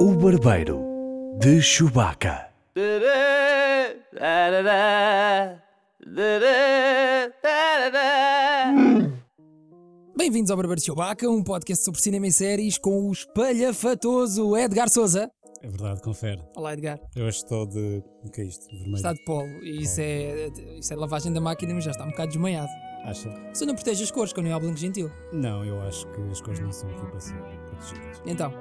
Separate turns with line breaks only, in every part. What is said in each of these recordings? O Barbeiro de Chewbacca.
Bem-vindos ao Barbeiro de Chewbacca, um podcast sobre cinema e séries com o espalhafatoso Edgar Souza.
É verdade, confere.
Olá, Edgar.
Eu hoje estou de. O que é isto? Vermelho.
Está de polo e isso é, isso é lavagem da máquina, mas já está um bocado desmanhado.
Acha?
Só não protege as cores, que eu não é o Blanco Gentil.
Não, eu acho que as coisas não são aqui para ser protegidas.
Então,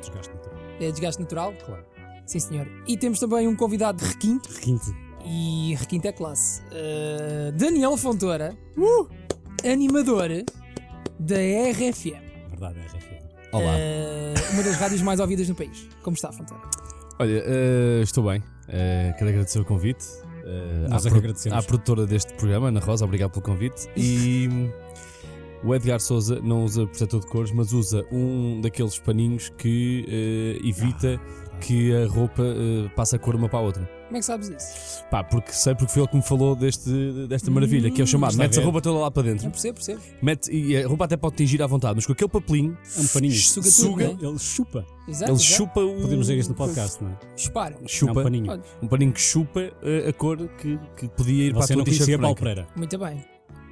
Desgaste natural.
é desgaste natural?
Claro.
Sim, senhor. E temos também um convidado de requinte,
Requinte.
e requinte é classe. Uh, Daniel Fontoura, animador da RFM.
Verdade, é RFM.
Olá.
Uh, uma das rádios mais ouvidas no país. Como está, Fontoura?
Olha, eh, estou bem. Eh, quero agradecer o convite. eh,
Nós é que
pro-
agradecemos.
à produtora deste programa, Ana Rosa, obrigado pelo convite. E hum, o Edgar Souza não usa protetor de cores, mas usa um daqueles paninhos que eh,
Ah,
evita que a roupa eh, passe a cor uma para a outra.
Como é que sabes isso?
Pá, porque sei porque foi ele que me falou deste, desta maravilha, que é o chamado.
Hum, está a
Metes a
ver.
roupa toda lá para
Eu
dentro.
percebo, percebo.
Mete, e a roupa até pode tingir à vontade, mas com aquele papelinho,
É um paninho.
Suga tudo, não
né? Ele chupa.
Exato,
ele
exato.
chupa o.
Podemos dizer isto no podcast, não é?
Chuparam.
É
Chupa.
um paninho.
Olha,
Um paninho que chupa eh, a cor que, que podia ir
Você
para
não
a tua
conhecia
t-shirt
Paulo
branca.
Pereira.
muito bem.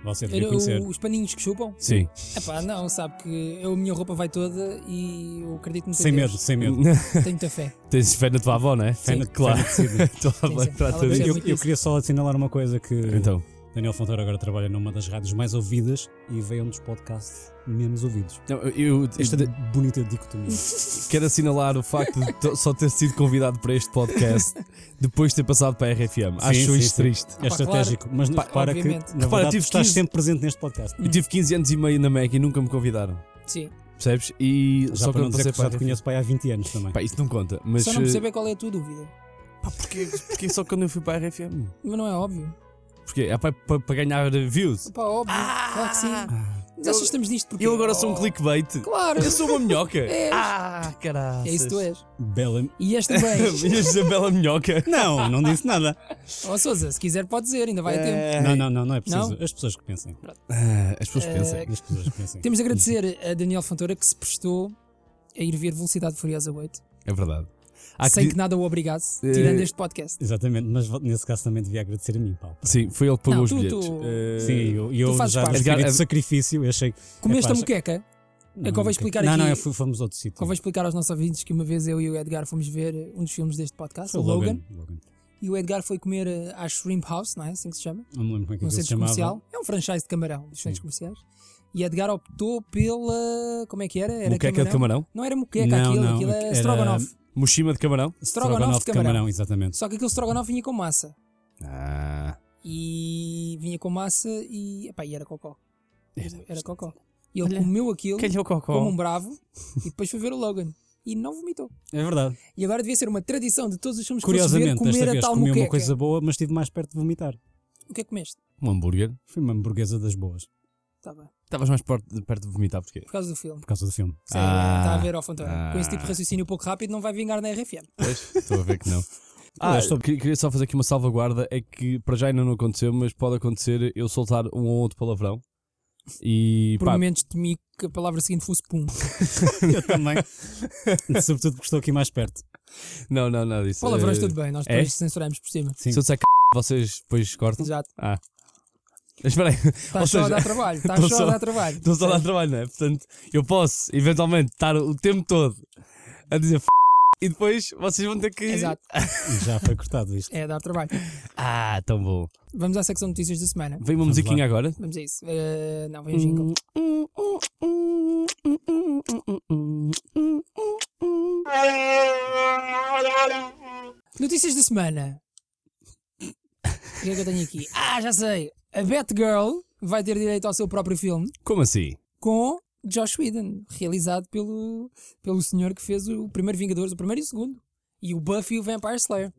Você devia
Era
conhecer.
o- os paninhos que chupam?
Sim.
Epá, não, sabe que eu, a minha roupa vai toda e eu acredito muito em
Sem
Deus.
medo, sem medo.
Tenho muita fé.
Tens fé na tua avó, não é?
Fé na-
claro.
fé na
Tua avó
sim.
trata
Ela
Eu,
disso.
percebe
eu-
muito
eu
isso.
queria só assinalar uma coisa que
Então,
Daniel Fontoura agora trabalha numa das rádios mais ouvidas e veio a um dos podcasts menos
Ah,
ouvidos. É
não, eu eu-
Esta é bonita dicotomia.
quero assinalar o facto de to- só ter sido convidado para este podcast depois de ter passado para a RFM.
Sim,
Acho
sim,
isto
sim.
triste.
É
pá,
estratégico, mas
Pá,
repara que,
obviamente.
na
Repara,
verdade, tu
tive
estás
15
sempre presente neste podcast.
Eu tive 15 anos e meio na MEC e nunca me convidaram.
Sim.
Percebes? E
Já
só
para não
quando
dizer
passei
que já te
para. a
conheço pai há 20 anos também.
RFM. Pá, isso não conta. Mas
Só não
eh,
percebo é qual é a tua dúvida.
pá, porquê, porquê só quando eu fui para a RFM?
Mas não é óbvio.
Porquê? É para, para, para ganhar views.
Pá, óbvio. claro que sim. Mas achas que estamos nisto porque.
Ah! Eu agora sou um clickbait.
Claro.
Eu sou uma minhoca.
És.
Ah, caralho.
É isso que tu és.
Bela.
E este bem.
Minha Isabela Minhoca.
Não, não disse nada.
Ó Souza, se quiser pode dizer, ainda vai a tempo.
Não, não, não, não é preciso.
Não?
As pessoas que pensem.
Ah, As pessoas pensam.
As pessoas que pensem.
Temos de agradecer a Daniel Fontoura que se prestou a ir ver Velocidade Furiosa 8
É verdade. Há
sem
que
que nada o obrigasse,
Eh,
tirando este podcast.
Exatamente, mas vo- nesse caso também devia agradecer a mim, Paulo.
Sim, foi ele que pagou
Não,
os
tu-
bilhetes.
tu-
Eh,
Sim, e eu, e eu
tu fazes
já no
parte.
espírito
Edgar,
de sacrifício, eu achei.
Comeste
Epá,
a
achei-
moqueca? É
Não,
convém
não,
explicar
não,
aqui-
Não, eu fui- fomos a outro sítio.
Convém explicar aos nossos ouvintes que uma vez eu e o Edgar fomos ver um dos filmes deste podcast,
Foi
o
o
Logan,
Logan. Logan.
e o Edgar foi comer eh, à Shrimp House, não é? Assim que se chama,
Não me lembro como é que
num
aquilo se
centro
chamava.
comercial. É um franchise de camarão, dos centros comerciais. E Edgar optou pela. Como é que era? Era
Moqueca de camarão.
Não era moqueca
Não,
aquilo,
não,
aquilo era,
era-
strogonoff.
Mochima de camarão.
Strogonoff de camarão.
exatamente.
Só que aquele strogonoff vinha com massa.
Ah.
E vinha com massa e. Epá, e era cocó. Era cocó. E ele comeu aquilo
Calhou
como
é cocó.
um bravo e depois foi ver o Logan. E não vomitou.
É verdade.
E agora devia ser uma tradição de todos os filmes que fosse ver
Curiosamente,
comer
desta
a
vez
tal
comi
moqueca.
uma coisa boa, mas estive mais perto de vomitar.
O que é que comeste?
Um hambúrguer.
Foi uma hamburguesa das boas,
Tá bem.
Estavas mais perto de, perto de vomitar porquê?
Por causa do filme.
por causa do filme.
Sei,
Ah.
está a ver ao Fontoura. Com esse tipo de
Ah.
raciocínio pouco rápido não vai vingar na RFM.
Pois, estou a ver que não. Ah,
Eu estou-
que- queria só fazer aqui uma salvaguarda. É que para já ainda não aconteceu, mas pode acontecer eu soltar um ou outro palavrão. E
Por
pá,
momentos temi que a palavra seguinte fosse pum.
Eu também. Sobretudo porque estou aqui mais perto.
não, não, nada disso.
Palavrões
Eh,
tudo bem, nós
é?
depois censuramos por cima.
Sim.
Se eu disser c... vocês depois cortam.
Exato.
Ah. Espera aí. Ou
Estás só a
seja,
dar trabalho. Estás
estou
só, a
só-
dar trabalho.
Estou só a dar trabalho, não é? Portanto, eu posso eventualmente estar o tempo todo a dizer f e depois vocês vão ter que.
Exato.
E já foi cortado isto.
É dar trabalho.
Ah, tão bom.
Vamos à secção de notícias da semana.
Vem uma
Vamos lá.
musiquinha agora.
Vamos a isso. Eh, não, vem o jingle. Notícias da semana. O que é que eu tenho aqui? Ah, já sei. A Batgirl vai ter direito ao seu próprio filme
Como assim?
com Josh Whedon, realizado pelo, pelo senhor que fez o primeiro Vingadores, o primeiro e o segundo. E o Buffy e o Vampire Slayer.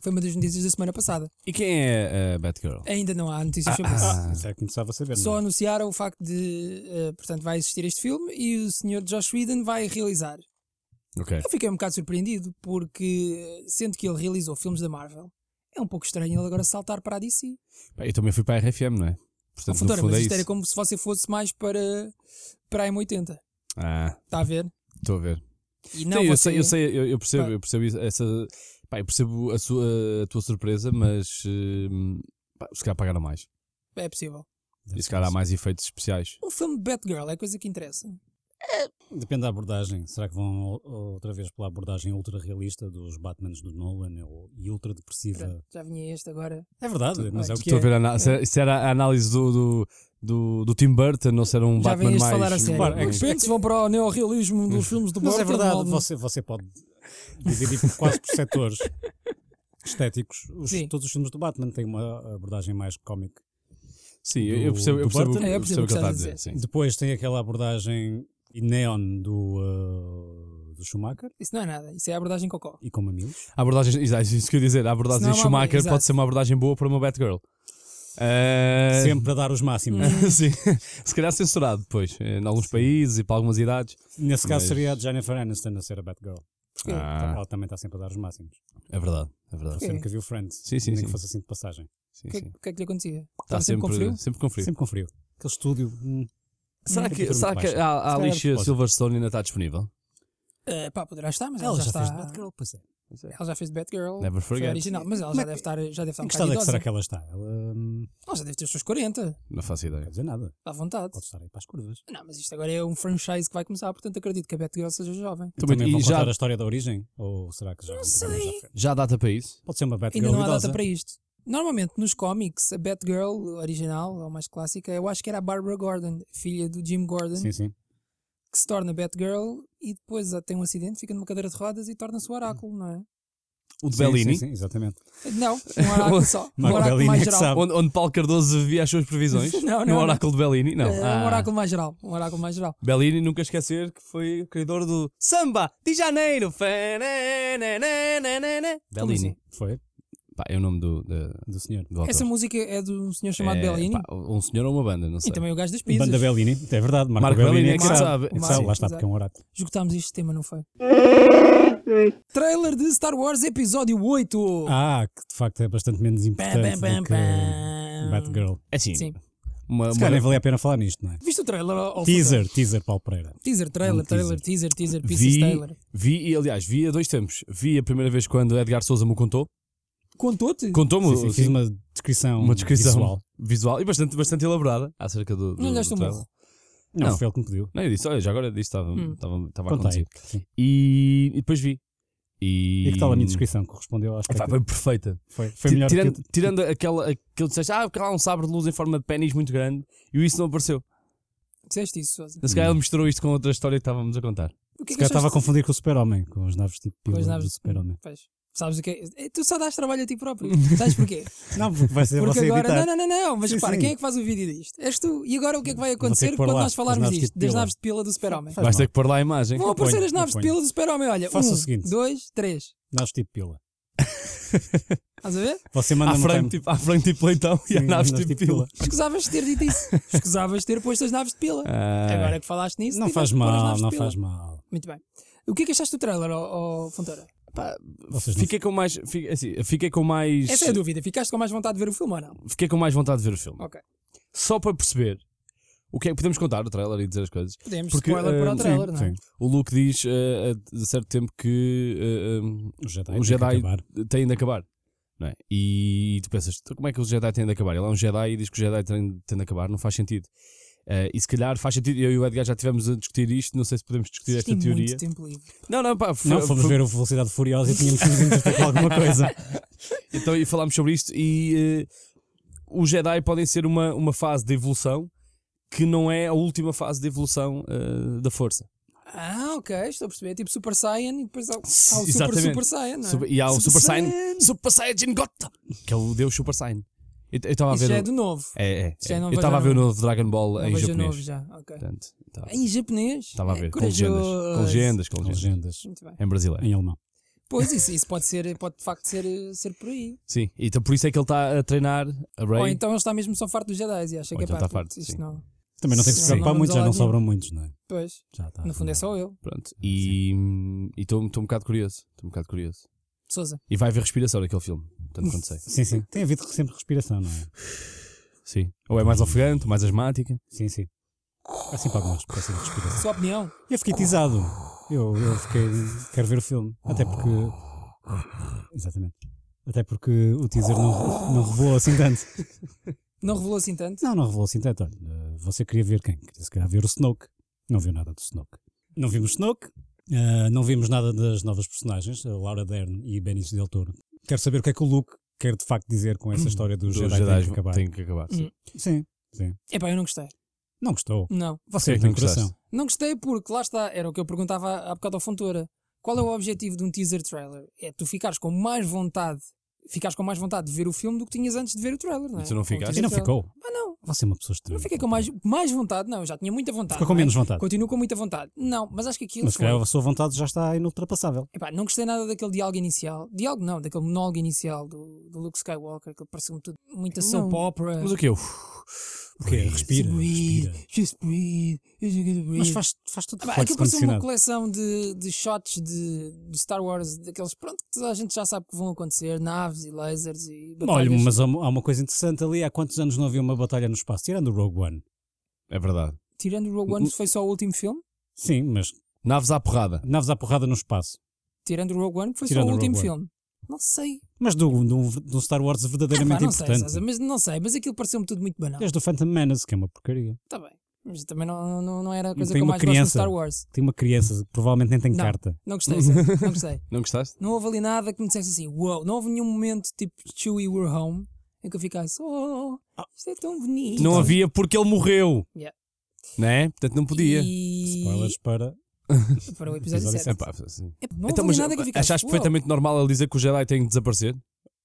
Foi uma das notícias da semana passada.
E quem é a Batgirl?
Ainda não há notícias sobre isso.
Ah, isso é que interessava saber.
Só
Hum.
não é?
anunciaram o facto de, eh, portanto, vai existir este filme e o senhor Josh Whedon vai realizar.
Ok.
Eu fiquei um bocado surpreendido porque, eh, sendo que ele realizou filmes da Marvel, é um pouco estranho ele agora saltar para a DC.
Pá, Eu também fui para a RFM, não é?
Oh,
Portanto, no
Fontoura,
fundo
mas
é
isto era
isso.
como se você fosse mais para, para a M80.
Ah,
Está a ver?
Estou a ver.
E não
Sim, eu,
você-
sei, eu, sei, eu, eu percebo,
Pá.
eu percebo isso- essa. pá, eu percebo a, sua, a tua surpresa, mas hum, pá, se calhar pagaram mais.
É possível.
E se calhar há mais efeitos especiais.
Um filme de Batgirl é a coisa que interessa.
Depende da abordagem. Será que vão o- outra vez pela abordagem ultra realista dos Batmans do Nolan ou- e ultra depressiva?
Pronto, já vinha este agora.
É verdade, mas é o que
Estou a ver a ana- se era- se era a análise do, do, do, do Tim Burton, ou se era um
já
Batman
vinhas
mais.
falar a sério.
Claro, é que-
Os pentes vão para o neorrealismo dos filmes do
Mas
Burton.
é verdade,
Malden.
você, você pode dividir por quase por setores estéticos. Os-
Sim.
todos os filmes do Batman têm uma abordagem mais cómica.
Sim, eu,
do-
eu percebo, eu
do
percebo,
Burton.
É, eu
eu percebo o que ele está a dizer. sim.
Depois tem aquela abordagem neon do, ah, do Schumacher
Isso não é nada, isso é a abordagem cocó.
e com mamilos.
A abordagem, exato, isso que eu ia dizer, a abordagem
Senão
de
é uma-
Schumacher
exato.
pode ser uma abordagem boa para uma Batgirl. Eh,
Sempre a dar os máximos.
sim. Se calhar censurado depois, eh, em alguns países e para algumas idades.
Nesse caso
Mas-
seria a Jennifer Aniston a ser a Batgirl.
Porquê?
Ah,
Ela também está sempre a dar os máximos.
é verdade, é verdade.
Sim.
Sempre que viu Friends,
Sim, sim,
nem
sim.
que fosse assim de passagem.
Sim,
O que,
sim.
o que é que lhe acontecia?
Está
Estava sempre com frio?
sempre, sempre com frio.
Sempre com frio. Aquele estúdio. hum,
Será que,
Temperatura
será
muito
que
baixa.
a, a
Se calhar de
Alicia
propósito.
Silverstone ainda está disponível?
Eh, pá, poderá estar, mas ela,
Ela já
já,
fez de
está.
Batgirl, pois é.
Ela já fez de Batgirl.
Never
foi
forget.
original, mas ela já deve estar, já deve estar um
Em que estado
bocado
é que
idosa.
será que ela está? Ela hum,
Ela já deve ter os seus 40,
Não faço
não quer
ideia.
dizer nada.
à vontade.
Pode estar aí para as curvas.
Não, mas isto agora é um franchise que vai começar, portanto acredito que a Batgirl seja jovem.
Também-
Também
e
vão
já-
contar a história da origem? Ou será que já
Não
vão para mais à
sei.
frente?
Já há data para isso?
Pode ser uma Batgirl
Ainda não há
idosa.
data para isto. Normalmente nos cómics, a Batgirl original, ou mais clássica, eu acho que era a Barbara Gordon, filha do Jim Gordon,
Sim, sim.
que se torna Batgirl e depois ah, tem um acidente, fica numa cadeira de rodas e torna-se o oráculo, não é?
O de
Sim,
Bellini,
Sim, sim, exatamente.
Não, um oráculo só. Um
Marco
oráculo
Bellini
mais
é que
geral.
sabe.
Onde, onde Paulo Cardoso via as suas previsões?
Não, não,
no
não.
oráculo de Bellini? Não.
É,
Ah.
Um oráculo mais geral. Um oráculo mais geral.
Bellini, nunca esquecer que foi o criador do Samba de Janeiro.
né,
Fanananananana. Bellini.
Foi,
Pá, é o nome do, da-
do senhor.
do autor.
Essa música é de um senhor chamado
É,
Bellini
pá, um senhor ou uma banda, não sei.
e também é o gajo das pizzas.
Banda Bellini, é verdade. Marco,
Marco
Bellini é que
Marco-
sabe. É que
Marco-
sabe, Lá está,
Exato.
porque é um oráculo.
Esgotámos este tema, não foi? Trailer de Star Wars Episódio 8.
Ah, que de facto é bastante menos
Bam,
importante
bam, bam,
do que
bam.
Batgirl.
É assim,
Sim.
uma,
Se
uma-
calhar nem valia a pena falar nisto, não é?
Viste o trailer? ó, ó,
Teaser, teaser, Paulo Pereira.
Fuca? Teaser, trailer,
Um
trailer, teaser, teaser, pieces,
vi,
trailer.
vi, e aliás, vi a dois tempos. Vi a primeira vez quando Edgar Souza me contou.
Contou-te?
Contou-me
Sim, sim,
o-
fiz
sim,
uma descrição,
uma descrição
visual.
visual, e bastante, bastante elaborada acerca do. do
Não lhe deste
do
um
trailer.
morro.
Não,
Não.
foi ele que me pediu.
Não, eu disse, olha, já agora disse, estava
Hum.
estava- estava a
Contei.
acontecer.
Sim.
E, e depois vi. E,
E que tal a minha descrição? Correspondeu às
É, pá, foi perfeita.
Foi, foi melhor
tirando,
que...
tirando aquela, aquele disseste, ah, porque lá há um sabre de luz em forma de pênis muito grande e isso não apareceu.
Disseste isso, Sousa.
Se
Hum.
calhar ele misturou isto com outra história que estávamos a contar.
O que é que
Se calhar estava a
achaste
confundir com o Super-Homem, com as naves tipo
com
pílula
as
do
naves?
Super-Homem.
Pois. Sabes o que é? Eh, Tu só dás trabalho a ti próprio. Sabes porquê?
Não, porque vai ser
Porque
você
agora.
editar.
Não, não, não, não. Mas
Sim,
repara,
sim.
quem é que faz o vídeo disto? És tu. E agora o que é que vai
ter
acontecer
que pôr
quando
lá
nós falarmos
as naves
disto?
de
Das
pila.
naves de pila do Super-Homem.
Faz
Vais
mal.
ter É que pôr lá a imagem.
Vão aparecer
ponho,
as naves de
eu ponho.
pila do Super-Homem. Olha,
Faça
um,
o seguinte.
dois, três.
Naves tipo pila.
Estás a ver?
Você manda um
À
no
frente,
time.
tipo, à frente tipo leitão e a
Sim,
naves
naves
tipo
tipo
pila.
Escusavas de ter dito isso. Escusavas de ter posto as naves de pila.
Ah,
Agora que falaste nisso,
Não
tiveste
faz
que pôr as
mal,
naves de
não
pila.
faz mal.
Muito bem. O que é que achaste do trailer, ó, ó, Fontoura?
pá,
Vocês não-
fiquei com mais. Fiquei, assim, fiquei com mais.
Essa é a dúvida. Ficaste com mais vontade de ver o filme ou não?
Fiquei com mais vontade de ver o filme.
Ok.
Só para perceber o que é que podemos contar o trailer e dizer as coisas.
Podemos
Porque,
spoiler para o
eh,
trailer, não é?
O Luke diz eh, a de certo tempo que eh, um,
O Jedi,
O
tem que
Jedi-
acabar.
têm de acabar. Não é? E tu pensas, "Então como é que os Jedi têm de acabar? Ele é um Jedi e diz que os Jedi têm, têm de acabar, não faz sentido. Eh, e se calhar faz sentido, eu e o Edgar já estivemos a discutir isto, não sei se podemos discutir
Isto tem
esta teoria.
muito tipo- tempo livre.
Não, não, pá,
Não, fomos
foi-
ver o Velocidade Furiosa e tínhamos que nos entreter com alguma coisa.
Então e falámos sobre isto e eh, os Jedi podem ser uma, uma fase de evolução que não é a última fase de evolução eh, da força.
Ah, ok. Estou a perceber. É tipo Super Saiyan e depois há, há o
Sim,
Super
exatamente.
Super Saiyan, não é?
Super- e há o Super Saiyan,
Saiyan.
Super Saiyajin Gota, que é o Deus Super Saiyan. Eu eu estava a
Isso
ver.
já
o-
é do novo.
É, é,
Isso já
é.
não
Eu
vejo
estava a
a
ver o
novo.
novo Dragon Ball
Não
em
vejo o
japonês.
novo já. Ok.
Portanto, estava-
Em japonês?
Estava a
É
ver, com legendas. Com
corajoso.
legendas, com
Com
legendas.
legendas.
Muito bem.
Em brasileiro.
Em alemão.
Pois isso, isso pode ser, pode de facto ser, ser por aí.
Sim, e então por isso é que ele está a treinar a
Ou
Ray.
então ele está mesmo só farto dos Jedi e acha
Ou
que é
então
tá
pá,
está farto,
putz, isto
sim.
não.
Também não tem que
Sim.
se preocupar
Não
muito, já não
vamos ao lado
sobram muitos, não é?
Pois,
Já está.
no fundo é só eu.
Pronto. E estou um bocado curioso. Estou um bocado curioso.
Souza.
E vai haver respiração naquele filme, tanto quanto sei.
Sim, sim. Tem havido sempre respiração, não é?
Sim. Ou é mais ofegante, ou mais asmática.
Sim, sim. Há sempre alguma espécie de respiração.
Sua opinião?
E eu fiquei tisado. Eu, eu fiquei. Quero ver o filme. Até porque. Exatamente. Até porque o teaser não, não revelou assim tanto.
Não revelou assim tanto?
Não, não revelou assim tanto. Olha, eh, você queria ver quem? Queria se calhar ver o Snoke. Não viu nada do Snoke. Não vimos Snoke. eh, não vimos nada das novas personagens, a Laura Dern e Benício Del Toro. Quero saber o que é que o Luke quer de facto dizer com essa história dos
Os
Jedi,
Hum, Jedi
tem que acabar.
têm que acabar. sim.
Sim, sim.
Epá, eu não gostei.
Não gostou.
Não.
Você
é
é
que
que
não
tem coração.
gostaste?
Não gostei porque, lá está, era o que eu perguntava há bocado ao Fontoura. Qual é o objetivo de um teaser trailer? É tu ficares com mais vontade, ficares com mais vontade de ver o filme do que tinhas antes de ver o trailer, não é?
E tu não
Com o
ficaste?
E
teaser
não
trailer.
ficou.
Ah, não.
Você é uma pessoa estranha.
Não fiquei com mais, mais vontade, não. Eu já tinha muita vontade.
Ficou com
não é?
menos vontade.
Continuo com muita vontade. Não, mas acho que aquilo
Mas se
foi...
calhar a sua vontade já está inultrapassável.
Epá, não gostei nada daquele diálogo inicial. Diálogo não, daquele monólogo inicial do, do Luke Skywalker, que pareceu-me tudo muita soap opera.
Mas o que eu?
O quê? É. Respira,
é? breathe,
respira.
just breathe, just breathe.
Mas faz, faz tudo
Ah, pá,
reflexo
aquilo pareceu uma
condicionado.
coleção de, de shots de, de Star Wars, daqueles pronto que toda a gente já sabe que vão acontecer, naves e lasers e
Olha,
batalhas.
mas há uma há uma coisa interessante ali. Há quantos anos não havia uma batalha no espaço? Tirando o Rogue One.
Hum.
É verdade.
Tirando o Rogue One, foi só o último filme.
Sim, mas
Naves à porrada.
naves à porrada no espaço.
Tirando o Rogue One, que foi
Tirando
só
o
o último
Rogue
filme. Não sei.
Mas do, do, do Star Wars
Ah, pá,
verdadeiramente
não sei,
importante.
César, mas não sei, mas aquilo pareceu-me tudo muito banal.
Desde o Phantom Menace, que é uma porcaria.
Está bem. Mas também não, não, não era a coisa
Tem
que eu
uma
mais
criança.
gosto do Star Wars.
Tem uma criança que provavelmente nem tem
Não.
carta.
Não gostei, César, não gostei.
Não gostaste?
Não houve ali nada que me dissesse assim, uau, não houve nenhum momento tipo Chewie We're Home em que eu ficasse, oh, isto é tão bonito.
Ah. Não havia porque ele morreu.
Yeah.
Né? Portanto, não podia.
E...
Spoilers para.
Para o episódio
Episódio
7.
Epá, assim.
Não
Então,
então,
mas
nada que eu ficasse,
achaste
uau.
perfeitamente normal ele dizer que o Jedi tem que desaparecer?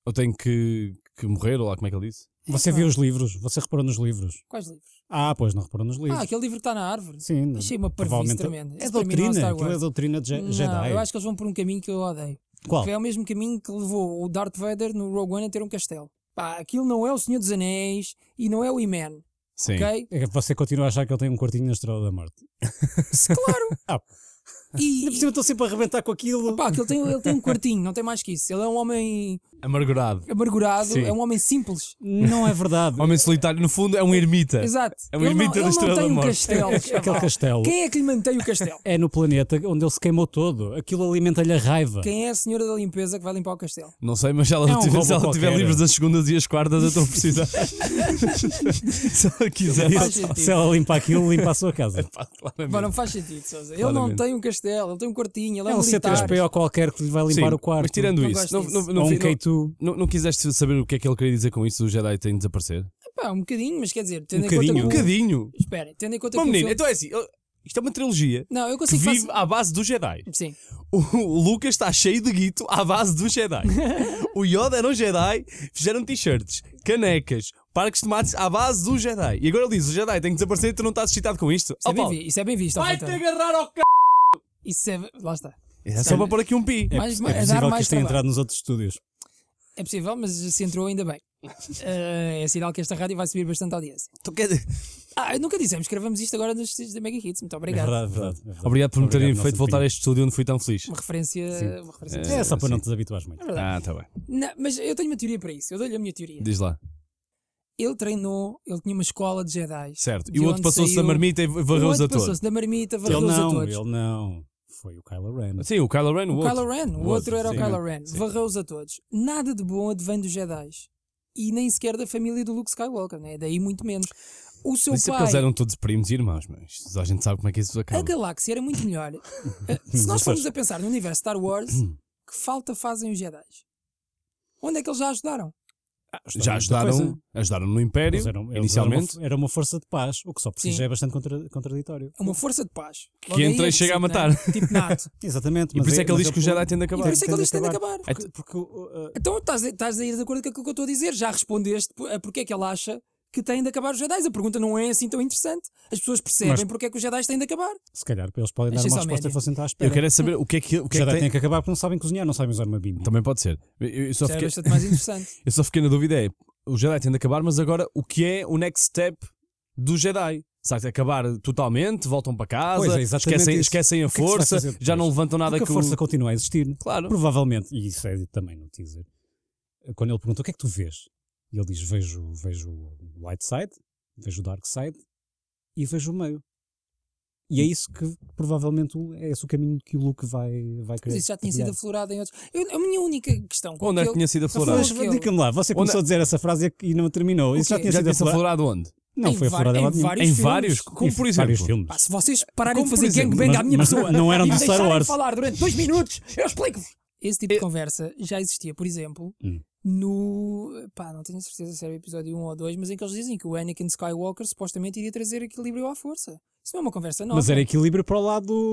Ou tem que, que morrer? Ou lá como é que ele disse?
Você viu os livros? Você reparou nos livros?
Quais livros?
Ah, pois não reparou nos livros.
Ah, aquele livro que está na árvore.
Sim,
Achei uma parvice
provavelmente-
tremenda.
É
Isso para mim não
doutrina,
é Star
aquilo é
Wars.
doutrina de Je- Jedi. Oh.
Não, eu acho que eles vão por um caminho que eu odeio.
Qual?
Que é o mesmo caminho que levou o Darth Vader no Rogue One a ter um castelo. Pá, aquilo não é o Senhor dos Anéis e não é o He-Man,
Sim.
ok?
É que Você continua a achar que ele tem um quartinho na Estrela da Morte.
Se- Claro!
Ah,
E,
ainda por cima estou sempre a arrebentar com aquilo.
pá, que ele tem, ele tem um quartinho, não tem mais que isso. Ele é um homem
Amargurado.
amargurado,
Sim.
é um homem simples.
Não é verdade.
Homem solitário. No fundo, é um ermita.
Exato.
É um
Ele não-
ermita da
ele não
Estrela
tem
da
um
Morte.
castelo,
Aquele
chaval.
castelo
Quem é que lhe mantém o castelo?
é no planeta onde ele se queimou todo. Aquilo alimenta-lhe a raiva.
Quem é a senhora da limpeza que vai limpar o castelo?
Não sei, mas se ela,
É um
tiver, se
robô
ela tiver
qualquer.
livros das segundas e as quartas, eu estou a precisar. se ela quiser.
Faz sentido.
Se ela limpa aquilo, limpa a sua casa.
Pá, claramente.
Pá, não faz sentido, Sousa. Ele
Claramente.
não tem um castelo, ele tem um quartinho, ele é,
É um
um militar.
C3PO qualquer que lhe vai
Sim,
limpar o quarto.
Mas tirando
Não
isso,
gosto
não,
disso.
não, não,
Ou um
não-
K2.
não- não quiseste saber o que é que ele queria dizer com isso, o Jedi tem de desaparecer?
Pá, um bocadinho, mas quer dizer, tendo
Um
em conta
bocadinho.
que
Um
o-
bocadinho.
Espera, tendo em conta
Bom,
que o
menino,
filme-
então é assim, eu- isto é uma trilogia
Não, eu
que
consigo
vive
fazer... Ah,
à base do Jedi.
Sim.
O, o Lucas está cheio de guito à base do Jedi. o Yoda era um Jedi, fizeram t-shirts, canecas, parques de tomates à base do Jedi. E agora ele diz, o Jedi tem que desaparecer e tu não estás excitado com isto?
Isso é,
Oh,
bem
Paulo,
vi- isso é bem visto. ó,
Vai-te
Fontana.
agarrar ao c...
Isso é... Lá está.
É só para pôr aqui um pi.
mais,
É
é dar
possível que
mais
isto tenha
trabalho.
entrado nos outros estúdios.
É possível, mas se entrou ainda bem. Eh, é sinal que esta rádio vai subir bastante a audiência.
Tu quer-
Ah, nunca dissemos que gravamos isto agora nos estúdios da Mega Hits. Muito
É
obrigado.
verdade, é verdade, é verdade.
Obrigado por me terem
Nelson
feito voltar
Pinho.
a este estúdio onde fui tão feliz.
Uma referência... Uma referência
É só para não te desabituares muito.
Ah, tá bem.
Não, mas eu tenho uma teoria para isso. Eu dou-lhe a minha teoria.
Diz lá.
Ele treinou, ele tinha uma escola de Jedi.
Certo.
De
E o
onde
outro passou-se da
saiu-
marmita e varreu-os
O
a
outro
todos.
passou-se da marmita,
Ele
varreu-os a
não,
todos.
ele não. Foi o Kylo Ren.
Sim, o Kylo Ren, o,
O
outro.
Kylo Ren, o
O outro,
outro era o
sim.
Kylo Ren,
Sim.
varreu-os a todos. Nada de bom advém dos Jedi. E nem sequer da família do Luke Skywalker, né? daí muito menos. O seu
Isso é porque
pai,
eles eram todos primos e irmãos, mas isto- a gente sabe como é que isso
a
acaba.
galáxia era muito melhor. Eh, Se nós formos a pensar no universo Star Wars, que falta fazem os Jedi? Onde é que eles já ajudaram?
Já ajudaram, ajudaram no Império,
Eles eram- eles
inicialmente,
eram uma, era uma força de paz, o que só por si
Sim.
já é bastante contra- contraditório.
É uma força de paz.
Que
Logo aí
entra e
é
chega a
preciso,
matar.
né? Tipo nato.
Exatamente.
E por
mas
isso é que
mas
ele diz que o Jedi tem de
E
acabar.
por isso é que ele diz que tem de acabar.
Porque, porque o- eh, o-
Então estás, estás a ir de acordo com aquilo que eu estou a dizer. Já respondeste po- a porque é que ele acha que têm de acabar os Jedi. A pergunta não é assim tão interessante. As pessoas percebem
Mas-
porque é que os Jedi têm de acabar.
se calhar eles podem dar
Achei
uma
só
resposta
média.
e falar assim, "Tá à espera.
Eu quero é saber o que é que, o
O
que, é que
Jedi
tem.
tem que acabar porque não sabem cozinhar, não sabem usar uma bimbo.
Também pode ser. Eu, eu
Isso
só
é
fiquei,
bastante mais interessante.
eu só fiquei na dúvida: é o Jedi tem de acabar, mas agora o que é o next step do Jedi? Sabe, acabar totalmente, voltam para
Pois
casa,
é, exatamente
esquecem,
isso.
esquecem a
O que é que se vai
força,
fazer
já não
depois?
levantam nada
Porque
que
a
o-
força continua a existir.
Claro.
Provavelmente, e isso é dito também no teaser, quando ele pergunta o que é que tu vês? E ele diz: vejo, vejo o light side, vejo o dark side e vejo o meio. E é isso que provavelmente o- é esse o caminho que o Luke vai, vai
Mas
querer.
isso já tinha sido
trilhar.
aflorado em outros. Eu- a minha única questão. com
Onde é que
aquele-
tinha sido aflorado?
Mas
Flores que ele-
Diga-me lá, você começou a dizer essa frase e a- e não terminou. Isso já
quê?
tinha
Já
sido
tinha sido
aflorado?
aflorado onde?
Não,
Em
foi
va-
aflorado
em
lado nenhum.
vários
Em
filmes.
vários, como por
Em
exemplo.
vários filmes.
Pá, se vocês pararem
Como,
de
por
fazer
exemplo,
gangbang à
mas-
minha
mas
pessoa
não eram
e
do
me
Star
deixarem
Wars.
falar durante dois minutos, eu explico-vos. Esse tipo de conversa já existia, por exemplo,
Hum.
no. pá, não tenho certeza se era o episódio 1 ou 2, mas em que eles dizem que o Anakin Skywalker supostamente iria trazer equilíbrio à força. Isso não é uma conversa nova.
Mas era equilíbrio para o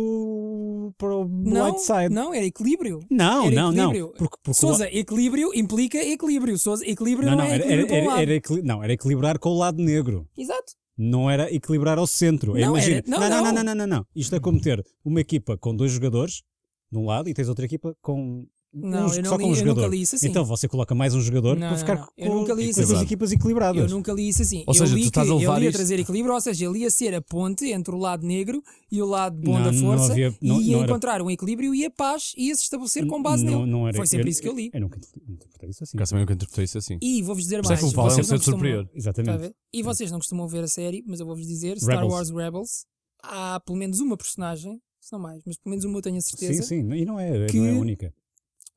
lado. para o
não,
light side.
não, era equilíbrio.
Não,
Era
não, não.
equilíbrio.
Porque, porque o-
Souza, equilíbrio implica equilíbrio. Souza, equilíbrio
não,
não,
não,
é
era,
equilíbrio
era,
para um
era,
lado.
era equili- não, era equilibrar com o lado negro.
Exato.
Não era equilibrar ao centro. É,
Não,
Imagina.
era- não,
não, não,
não.
não, não, não, não. Isto é como ter uma equipa com dois jogadores de um lado e tens outra equipa com.
Não,
uns-
eu,
só
não
com
li,
um
eu nunca
jogador.
li isso assim.
Então você coloca mais um jogador
Não,
para
não,
ficar
não.
com
Eu nunca li isso
com as
assim.
equipas
Eu
equilibradas.
nunca li isso assim. eu
Ou seja,
li
tu estás
que
a levar
ele ia
isto-
trazer equilíbrio, ou seja, ele ia ser a ponte entre o lado negro e o lado bom
Não,
da
não
força
havia- não-
e ia
não era-
encontrar um equilíbrio e a paz ia se estabelecer com base
não,
nele.
não era,
Foi sempre isso que eu li.
Eu nunca interpretei isso assim.
Cá também eu que interpretei isso assim.
E vou-vos dizer
Por isso é
mais.
que o Paulo é um
vocês não
ser
costumam-
superior.
Está a
Exatamente.
ver? E vocês não costumam ver a série, mas eu vou-vos dizer: Star
Rebels.
Wars Rebels, há pelo menos uma personagem, se não mais, mas pelo menos uma eu tenho a
Sim,
certeza,
sim. E não é,
Que-
não é a única.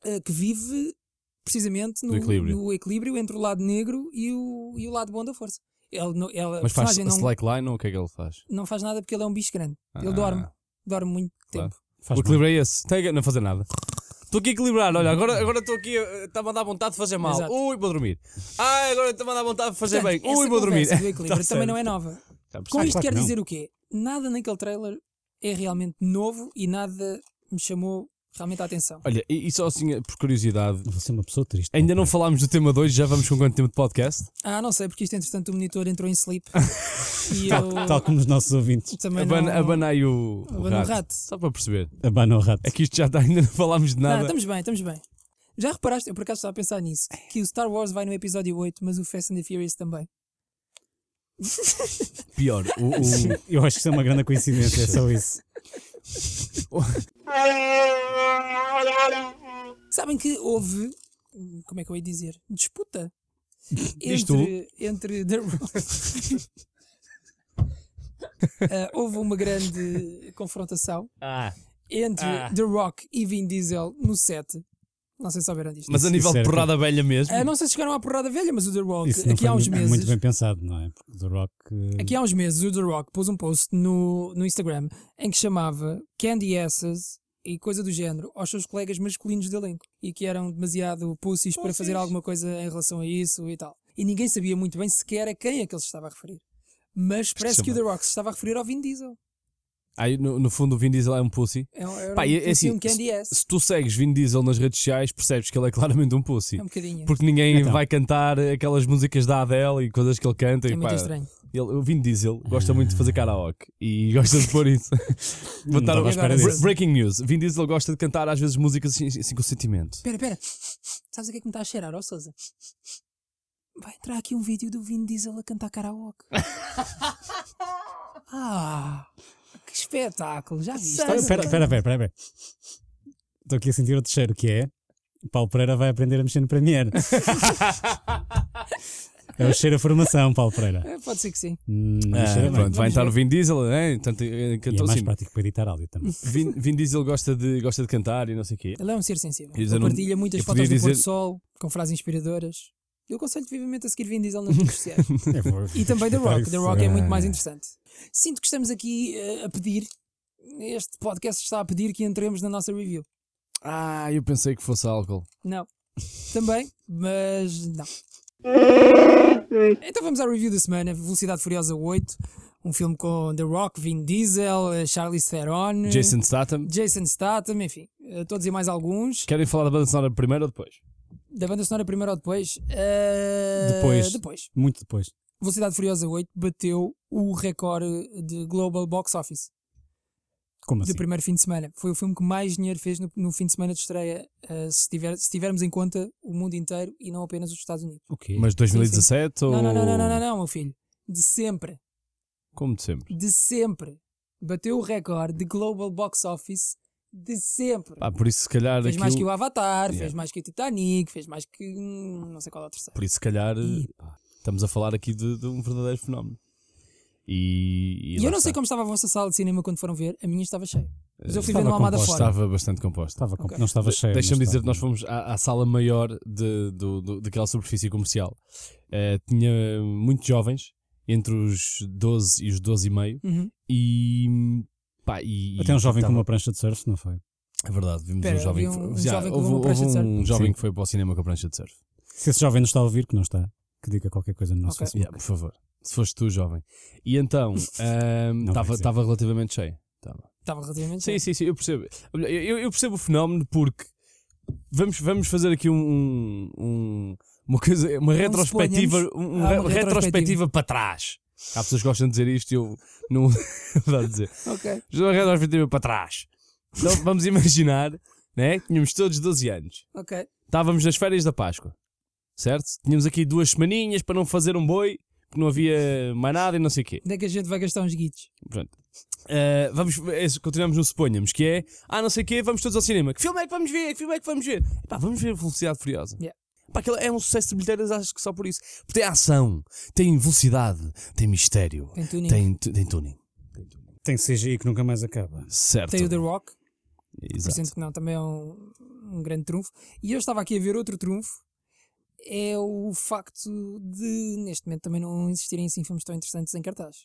eh, que vive precisamente no
Do equilíbrio.
no equilíbrio entre o lado negro e o, e o lado bom da força. Ele, não- ela, a
Mas faz
personagem não,
slackline ou o que é que ele faz?
não faz nada porque ele é um bicho grande.
Ah.
Ele dorme, dorme muito
Claro.
tempo.
Faz
o
mal.
equilíbrio é esse. Tem, não fazer nada. Estou aqui a equilibrar, olha, agora agora estou aqui, eh, está-me a dar vontade de fazer mal.
Exato.
Ui, vou dormir. Ah, agora está-me a dar vontade de fazer
Portanto,
é bem.
essa
Ui, vou dormir.
conversa Do equilíbrio
Tá
também não é
certo. é
nova.
Já
Com
percebi.
Ah,
isto
claro
quer
que não.
dizer o quê? Nada naquele trailer é realmente novo e nada me chamou realmente a atenção.
Olha, e, e só assim, eh, por curiosidade,
Você é uma pessoa triste.
ainda não falámos do tema 2, já vamos com quanto tempo de podcast?
Ah, não sei, porque isto entretanto o monitor entrou em sleep e eu
Tal como os nossos ouvintes.
também não...
Tá, Abana, abanai o, o
Abana o
rato.
rato.
Só para perceber.
Abana o rato.
É que isto já está, ainda não falámos de
Não,
nada.
estamos bem, estamos bem. Já reparaste, eu por acaso estava a pensar nisso, que o Star Wars vai no episódio 8, mas o Fast and the Furious também.
Pior, o, o-
Eu acho que isso é uma grande coincidência, é só isso.
Sabem que houve, hum, como é que eu ia dizer, disputa
Isto?
entre, entre The Rock. Ah, houve uma grande confrontação
Ah,
entre The Rock e Vin Diesel no set. Não sei se souberam disto.
mas a
Isso-
nível
isso
de
era
porrada velha mesmo.
Ah, não sei se chegaram à porrada velha, mas o The Rock,
Isso não
aqui
foi
há uns
muito,
meses,
muito bem pensado, não é? Porque o The Rock. eh,
Aqui há uns meses o The Rock pôs um post no, no Instagram em que chamava Candy Asses e coisa do género aos seus colegas masculinos de elenco e que eram demasiado pussies para fazer alguma coisa em relação a isso e tal. E ninguém sabia muito bem sequer a quem é que ele se estava a referir. Mas parece que o The Rock se estava a referir ao Vin Diesel.
Aí, no, no fundo, o Vin Diesel é um pussy.
É um, era
Pá,
um,
e- é
pussy,
assim,
um Candy Ass.
Se tu segues Vin Diesel nas redes sociais, percebes que ele é claramente um pussy.
É um bocadinho.
Porque ninguém
Então.
vai cantar aquelas músicas da Adele e coisas que ele canta.
É
e,
muito
pá,
estranho.
ele, o Vin Diesel gosta muito de fazer karaoke e gosta de pôr isso.
Não
Vou estar-
estava à espera
Bre-
disso.
Breaking news: Vin Diesel gosta de cantar às vezes músicas assim, assim com sentimento.
Espera, espera. Sabes o que é que me está a cheirar, ó Sousa? Vai entrar aqui um vídeo do Vin Diesel a cantar karaoke. ah, que espetáculo! Já viste?
Espera, espera, espera, espera, espera. Estou aqui a sentir outro cheiro que é. Paulo Pereira vai aprender a mexer no Premiere. é o cheiro a formação, Paulo Pereira.
É, Pode ser que sim.
Hum,
Ah,
cheira bem.
pronto, vai entrar o Vin Diesel, hein? Portanto, eh,
E é
cantou
mais
assim.
prático para editar áudio também.
Vin, Vin Diesel gosta de, gosta de cantar e não sei o quê.
Ele é um ser sensível.
Quer dizer,
Ele
não-
partilha muitas
eu
fotos
podia
do pôr do
dizer-
sol com frases inspiradoras. Eu aconselho vivamente a seguir Vin Diesel nas redes sociais.
É,
Eu vou-
E também The Rock. The Rock é muito mais
Ah.
interessante. Sinto que estamos aqui eh, a pedir. Este podcast está a pedir que entremos na nossa review.
Ah, eu pensei que fosse álcool.
Não. Também, mas não. Então vamos à review da semana, Velocidade Furiosa 8, um filme com The Rock, Vin Diesel, eh, Charlize Theron,
Jason Statham.
Jason Statham, enfim, eh, todos e mais alguns.
Querem falar da banda sonora primeiro ou depois?
Da banda sonora primeiro ou depois? Eh,
Depois.
Depois.
Muito depois.
Velocidade Furiosa 8 bateu o recorde de Global Box Office.
Como assim?
do primeiro fim de semana. Foi o filme que mais dinheiro fez no, no fim de semana de estreia, eh, se, tiver- se tivermos em conta o mundo inteiro e não apenas os Estados Unidos.
O quê?
Mas 2017 ou.
Não, não, não, não, não, não, não, meu filho. De sempre,
Como de sempre.
de sempre. Bateu o recorde de Global Box Office de sempre.
Pá, por isso, se calhar.
fez mais que
aquilo-
o Avatar,
Yeah.
fez mais que o Titanic, fez mais que. hum, não sei qual é o terceiro.
Por isso, se calhar. eh,
Ih,
Estamos a falar aqui de, de um verdadeiro fenómeno.
E,
E, e lá
eu não sei
está. Eh,
como estava a vossa sala de cinema quando foram ver, a minha estava cheia. Mas eu fui
Estava
ver no Almada
composta,
fora.
Estava bastante composta.
Estava com-
Ok.
Não estava cheio. mas
Deixa-me dizer,
estava-
nós fomos à, à sala maior de, do, do- daquela superfície comercial. Eh, tinha muitos jovens, entre os 12 e os 12 e meio,
Uhum.
e. Pá, e
Até um jovem
estava-
com uma prancha de surf, não foi?
É verdade, vimos
Espera,
um jovem.
havia um-
que-
um
já,
jovem com
houve-
uma prancha de
houve
surf?
um jovem
Sim.
que foi para o cinema com a prancha de surf.
Se esse jovem não está a ouvir, que não está, que diga qualquer coisa no nosso
Ok.
Facebook.
Yeah, por favor, se foste tu, jovem. E então,
Não
ahm,
vai
estava
dizer.
estava relativamente cheio. Estava.
Estava relativamente
Sim,
cheia.
sim, sim, eu percebo. Olha, Eu, eu percebo o fenómeno porque vamos, vamos fazer aqui um, um- uma coisa, uma retrospectiva, um- um
É Ah,
re-
uma
retrospectiva.
retrospectiva
para trás. Há pessoas que gostam de dizer isto e eu não dá a dizer.
Ok.
Uma retrospectiva para trás. Então vamos imaginar, né? que Tínhamos todos 12 anos.
Ok.
Estávamos nas férias da Páscoa. Certo? Tínhamos aqui duas semaninhas para não fazer um boi, que não havia mais nada e não sei o quê.
Onde é que a gente vai gastar uns guitos?
Pronto. Uh, vamos, é, continuamos no suponhamos, que é ah, não sei o quê, vamos todos ao cinema. Que filme é que vamos ver? Que filme é que vamos ver? Pá, vamos ver Velocidade Furiosa.
Yeah.
Pá, aquilo é um sucesso de bilheteiras, acho que só por isso. Porque tem ação, tem velocidade, tem mistério,
Tem tuning. Tem,
tem, tu- tem tuning.
Tem CGI que nunca mais acaba.
Certo.
o The Rock, por
Exato.
sinto que não, também é um, um grande trunfo. E eu estava aqui a ver outro trunfo. É o facto de, neste momento, também não existirem assim filmes tão interessantes em cartaz.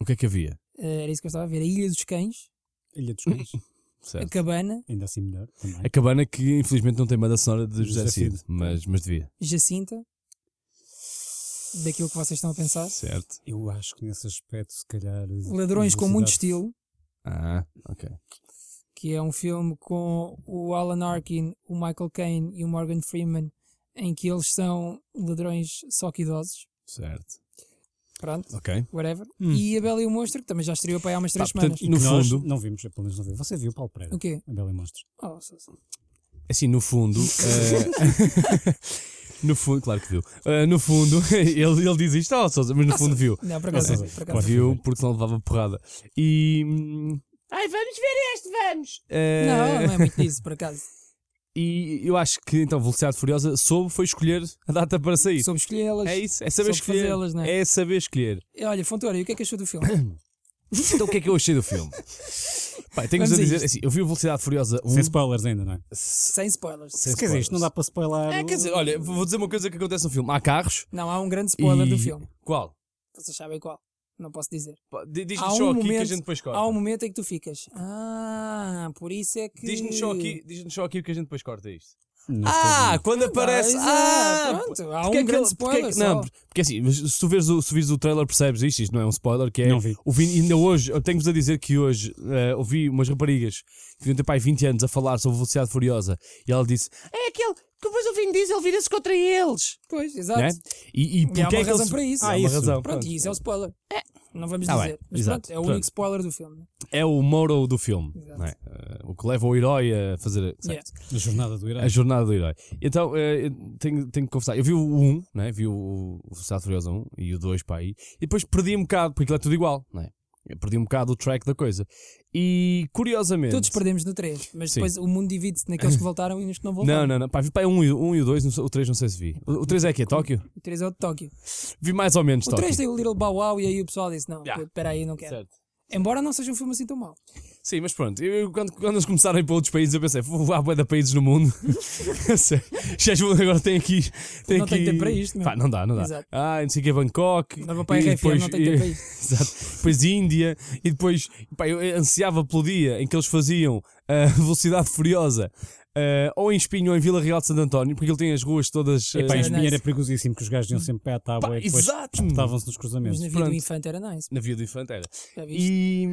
O que é que havia?
Eh, Era isso que eu estava a ver. A Ilha dos Cães,
Ilha dos Cães,
A É
Certo.
Cabana,
ainda assim melhor também.
A cabana que infelizmente não tem banda sonora de José
José Cid.
Cid, mas, mas devia.
Jacinta. Daquilo que vocês estão a pensar.
Certo.
Eu acho que nesse aspecto, se calhar.
Ladrões com muito estilo.
Ah, ok.
que é um filme com o Alan Arkin, o Michael Caine e o Morgan Freeman, em que eles são ladrões só que idosos.
Certo.
Pronto,
Ok. É
whatever.
Hum.
E A Bela e o Monstro, que também já estreou para aí há umas três
Pá,
semanas.
portanto, No
No nós
fundo-
Não vimos, eu pelo menos não vi. Você viu Paulo Pereira?
O quê?
A Bela e Monstros.
Oh, só- só-
Assim, no fundo. eh, no fundo, claro que viu. Eh, no fundo, ele, ele diz isto, oh, Sousa, mas
Ah,
no fundo viu.
Não, por
Ou
acaso,
seja,
por
Pá,
acaso.
viu porque senão levava porrada. E. hum, Ai, vamos ver este, vamos! Eh,
Não, não é muito disso, por acaso.
E eu acho que então Velocidade Furiosa soube foi escolher a data para sair.
Soube escolhê-las.
É isso, é saber
Soube
escolher.
fazê-las, não é?
É saber escolher.
Olha, Fontoura, e o que é que achou do filme?
Então o que é que eu achei do filme? Pá, tenho-vos
Vamos
a
a
dizer,
isto.
assim, eu vi o Velocidade Furiosa 1.
Sem spoilers ainda, não é?
Sem spoilers.
sem
Quer dizer, isto não dá
spoilers.
para spoiler.
É,
o-
quer dizer, olha, vou dizer uma coisa que acontece no filme. Há carros.
Não, há um grande spoiler
e...
do filme.
Qual?
Vocês sabem qual. Não posso dizer.
Pá, di-
Há
Diz-nos
um
só aqui que a
momento-
gente depois corta.
Há um momento em que tu ficas. Ah, por isso é que.
Diz-nos só, aqui- diz-nos só aqui que a gente depois corta isto.
Não
Ah,
sei.
quando aparece. Ah,
é, pronto, há
porque
um
é que
grande
ele- porque é que-
spoiler
Não,
só.
porque assim, mas se tu vires o, se vires o trailer percebes isto, isto não é um spoiler, que é.
Não vi.
O Vin- ainda hoje, eu tenho-vos a dizer que hoje eh, ouvi umas raparigas que deviam ter pai 20 anos a falar sobre Velocidade Furiosa e ela disse: É aquele que depois o Vin Diesel vira-se contra eles.
Pois, exato.
Né? E, e
E há
porque
uma
é que
razão
eles...
para isso.
Há
Ah,
uma
isso.
razão.
Pronto, e isso é o spoiler. É, não vamos
Tá
dizer.
bem,
Mas
exato,
pronto, é o
pronto.
único spoiler do filme.
É o Moro do filme.
Exato.
não é? Eh, o que leva o herói a fazer. certo.
A jornada do
A
herói.
jornada do herói. Então, eh, eu tenho, tenho que confessar. Eu vi o 1, né? vi o, o Velocidade Furiosa 1 e o 2 para aí. E depois perdi um bocado, porque aquilo é tudo igual. Né? Eu perdi um bocado o track da coisa. E curiosamente.
Todos perdemos no 3, mas
Sim.
depois o mundo divide-se naqueles que voltaram e nos que não voltaram.
Não, não, não. Pá, vi para um, e- um e o 2, não sei- o 3 não sei se vi. O, o 3 é aqui, é Tóquio?
O 3 é o de Tóquio.
Vi mais ou menos
O
Tóquio.
3 tem o Little Bow Wow e aí o pessoal disse: Não,
Yeah.
espera aí, não quero.
Certo.
Embora não seja um filme assim tão mau.
Sim, mas pronto, eu, eu quando, quando eles começaram a ir para outros países, eu pensei, "Pô, há bué de países no mundo. Chés é, agora tem aqui. Tem
Não
aqui...
tem tempo para isto, meu.
Pá, não dá, não dá.
Exato.
Ah, não sei o que é Bangkok.
Dava para
e
RFM,
depois-
não tem tempo para isto.
Exato. Depois Índia, e depois pá, eu ansiava pelo dia em que eles faziam a Velocidade Furiosa ah, ou em Espinho ou em Vila Real de Santo António, porque ele tem as ruas todas. ah,
Epá, em
Sim,
Espinho
é nice.
era é perigosíssimo, que os gajos iam sempre pé à tábua
Pá,
e depois
exato.
estavam-se nos cruzamentos.
Mas na vida
Pronto.
do Infante era nice.
na Via do Infante era.
Já viste?
E
E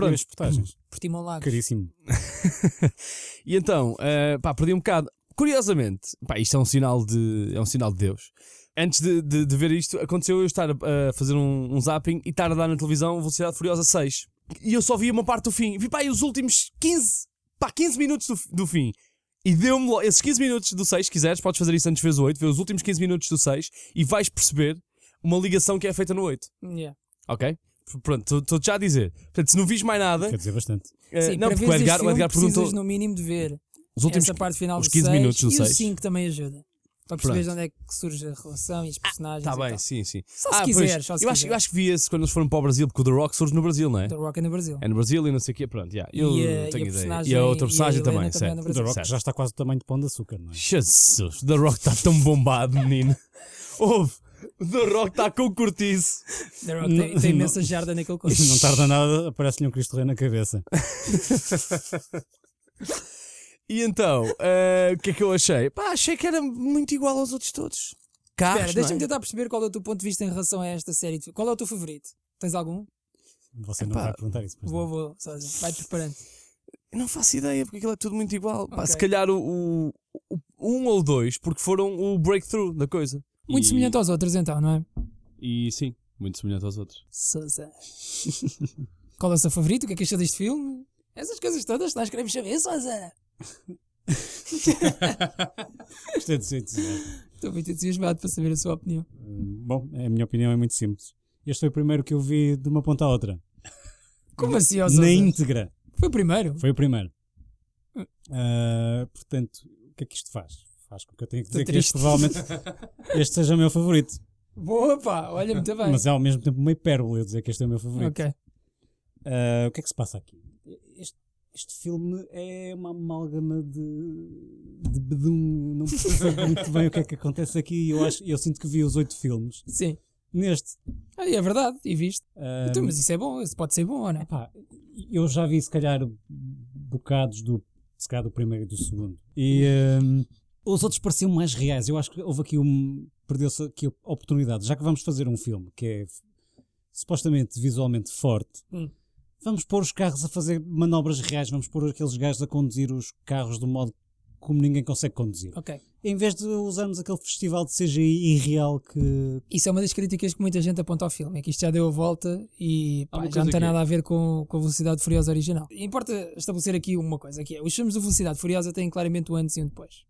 pronto.
as portagens.
Por Timão Lagos.
Caríssimo.
E então, eh, pá, perdi um bocado. Curiosamente, pá, isto é um sinal de, é um sinal de Deus. Antes de, de- de ver isto, aconteceu eu estar a, a fazer um, um zapping e estar a dar na televisão Velocidade Furiosa 6. E eu só vi uma parte do fim. Vi, pá, e os últimos 15, pá, 15 minutos do, do fim. E deu-me lo- esses 15 minutos do 6, se quiseres, podes fazer isso antes de ver o 8, ver os últimos 15 minutos do 6 e vais perceber uma ligação que é feita no 8.
Yeah.
Ok? P- Pronto, estou-te já a dizer. Portanto, se não vis mais nada.
Quer dizer bastante.
eh,
Sim,
não,
para
porque
ver
o
este
Edgar, o
filme
Edgar
precisas
perguntou.
no mínimo de ver
Os últimos
essa parte final
os
do
15
seis,
minutos do
e o
seis.
5 também ajuda. Para perceberes de onde é que surge a relação e as personagens.
Está
e
Tá bem,
tal.
sim, sim.
Só se
Ah, pois,
quiseres. Só se
eu, acho, eu
quiseres.
acho que vi esse quando eles foram para o Brasil, porque o The Rock surge no Brasil, não é?
The Rock é no Brasil.
É no Brasil e não sei o quê, pronto, yeah, eu
E a- e a
tenho ideia.
personagem-
E a
e
outra
a
personagem
Helena
também,
também é no
certo.
Brasil.
The Rock
Certo.
já está quase do tamanho de pão de açúcar, não é?
Jesus, The Rock está tão bombado, menino. Ouve, o The Rock está com cortiço.
The Rock tem,
Não-
tem imensa jarda naquele conto.
Não tarda nada, aparece-lhe um Cristo Rei na cabeça.
E então, eh, o que é que eu achei? Pá, achei que era muito igual aos outros todos. Carros,
Espera,
não é?
deixa-me tentar perceber qual é o teu ponto de vista em relação a esta série. de fi- Qual é o teu favorito? Tens algum?
Você não
Epá,
vai perguntar isso. pois não.
Vou, vou, só- vai preparando.
Eu não faço ideia, porque aquilo é tudo muito igual. Pá,
Ok.
se calhar o, o- o- um ou dois, porque foram o breakthrough da coisa.
Muito
E-
semelhante aos outros, então, não é?
E sim, muito semelhante aos outros.
Sousa. qual é o seu favorito? O que é que achou deste filme? Essas coisas todas nós queremos saber, Sousa.
Isto é de ser entusiasmo.
Estou muito entusiasmado para saber a sua opinião.
Hum, Bom, a minha opinião é muito simples. Este foi o primeiro que eu vi de uma ponta à outra.
Como assim, ó Sousa?
Na íntegra.
Foi o primeiro.
Foi o primeiro.
Uh.
Ah, portanto, o que é que isto faz? Faz com que eu tenha que
Estou
dizer que
triste.
este provavelmente este seja o meu favorito.
Boa, pá. Olha, muito bem.
Mas é ao mesmo tempo uma hipérbole eu dizer que este é o meu favorito.
Ok.
Ah, o que é que se passa aqui? Este, este filme é uma amálgama de, de bedum. Não percebo muito bem o que é que acontece aqui. Eu, acho, eu sinto que vi os oito filmes
Sim.
neste.
Ah, é verdade, e viste.
Ah,
Então, mas isso é bom, isso pode ser bom, ou não?
Epá, eu já vi se calhar bocados do, se calhar do primeiro e do segundo. E hum, os outros pareciam mais reais. Eu acho que houve aqui um. Perdeu-se aqui a oportunidade. Já que vamos fazer um filme que é f- supostamente visualmente forte,
Hum.
vamos pôr os carros a fazer manobras reais, vamos pôr aqueles gajos a conduzir os carros do modo como ninguém consegue conduzir.
Ok.
Em vez de usarmos aquele festival de CGI irreal que.
Isso é uma das críticas que muita gente aponta ao filme, é que isto já deu a volta e pá,
Há uma
já não
coisa
tem
que é-
nada a ver com, com a Velocidade Furiosa original. Importa estabelecer aqui uma coisa, que é, os filmes de Velocidade Furiosa têm claramente o antes e o depois.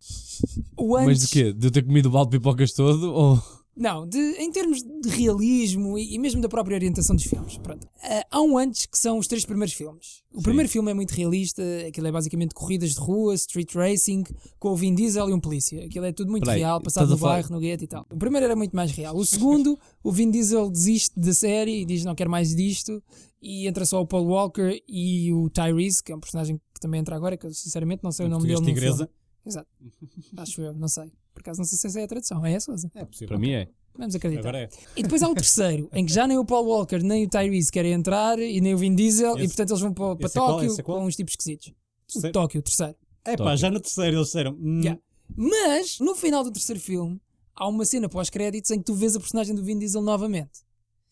O antes...
Mas de quê? De eu ter comido o balde de pipocas todo? Ou...
Não, de- em termos de realismo e, e mesmo da própria orientação dos filmes. Pronto. Ah, há um antes que são os três primeiros filmes. O primeiro filme é muito realista, aquilo é basicamente corridas de rua, street racing, com o Vin Diesel e um polícia. Aquilo é tudo muito
Peraí,
real, passado
estás a
no
falar-
bairro, no gueto e tal. O primeiro era muito mais real. O segundo, o Vin Diesel desiste da série e diz não quero mais disto. E entra só o Paul Walker e o Tyrese, que é um personagem que também entra agora, que eu sinceramente não sei
Um
o nome dele.
português
No
de
filme.
igreja.
Exato. Acho eu, não sei. Por acaso não sei se essa é a tradução, é essa? Sousa?
É possível.
Para mim é.
Vamos acreditar.
Agora é.
E depois há o terceiro, em que já nem o Paul Walker, nem o Tyrese querem entrar, e nem o Vin Diesel, e
Esse-
portanto eles vão para, para
esse é qual?
Tóquio
Esse é qual?
com uns tipos esquisitos. O
Terceiro?
Tóquio, o terceiro.
Epá, já no terceiro eles disseram. hum,
Yeah. Mas, no final do terceiro filme, há uma cena pós-créditos em que tu vês a personagem do Vin Diesel novamente.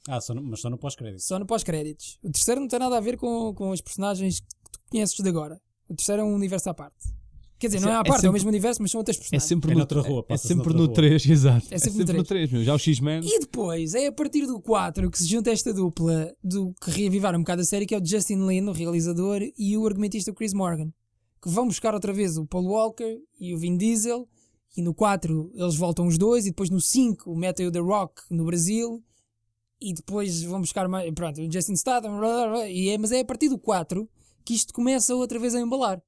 Ah, só no- mas só no pós-crédito.
Só no pós-créditos. O terceiro não tem nada a ver com, com as personagens que tu conheces de agora. O terceiro é um universo à parte. Quer dizer, não é à
É
parte, é o
sempre-
mesmo universo, mas são outras
É
personagens.
sempre
É
no,
noutra rua,
é, é
passa-se
sempre
noutra
no
rua.
3, exato.
É sempre no
no 3, meu. Já o X-Men.
E depois é a partir do 4 que se junta esta dupla do que reavivar um bocado a série, que é o Justin Lin, o realizador, e o argumentista Chris Morgan, que vão buscar outra vez o Paul Walker e o Vin Diesel, e no 4 eles voltam os dois, e depois no 5 metem o The Rock no Brasil, e depois vão buscar mais, pronto, o Justin Statham, blá, blá, blá, e é, mas é a partir do 4 que isto começa outra vez a embalar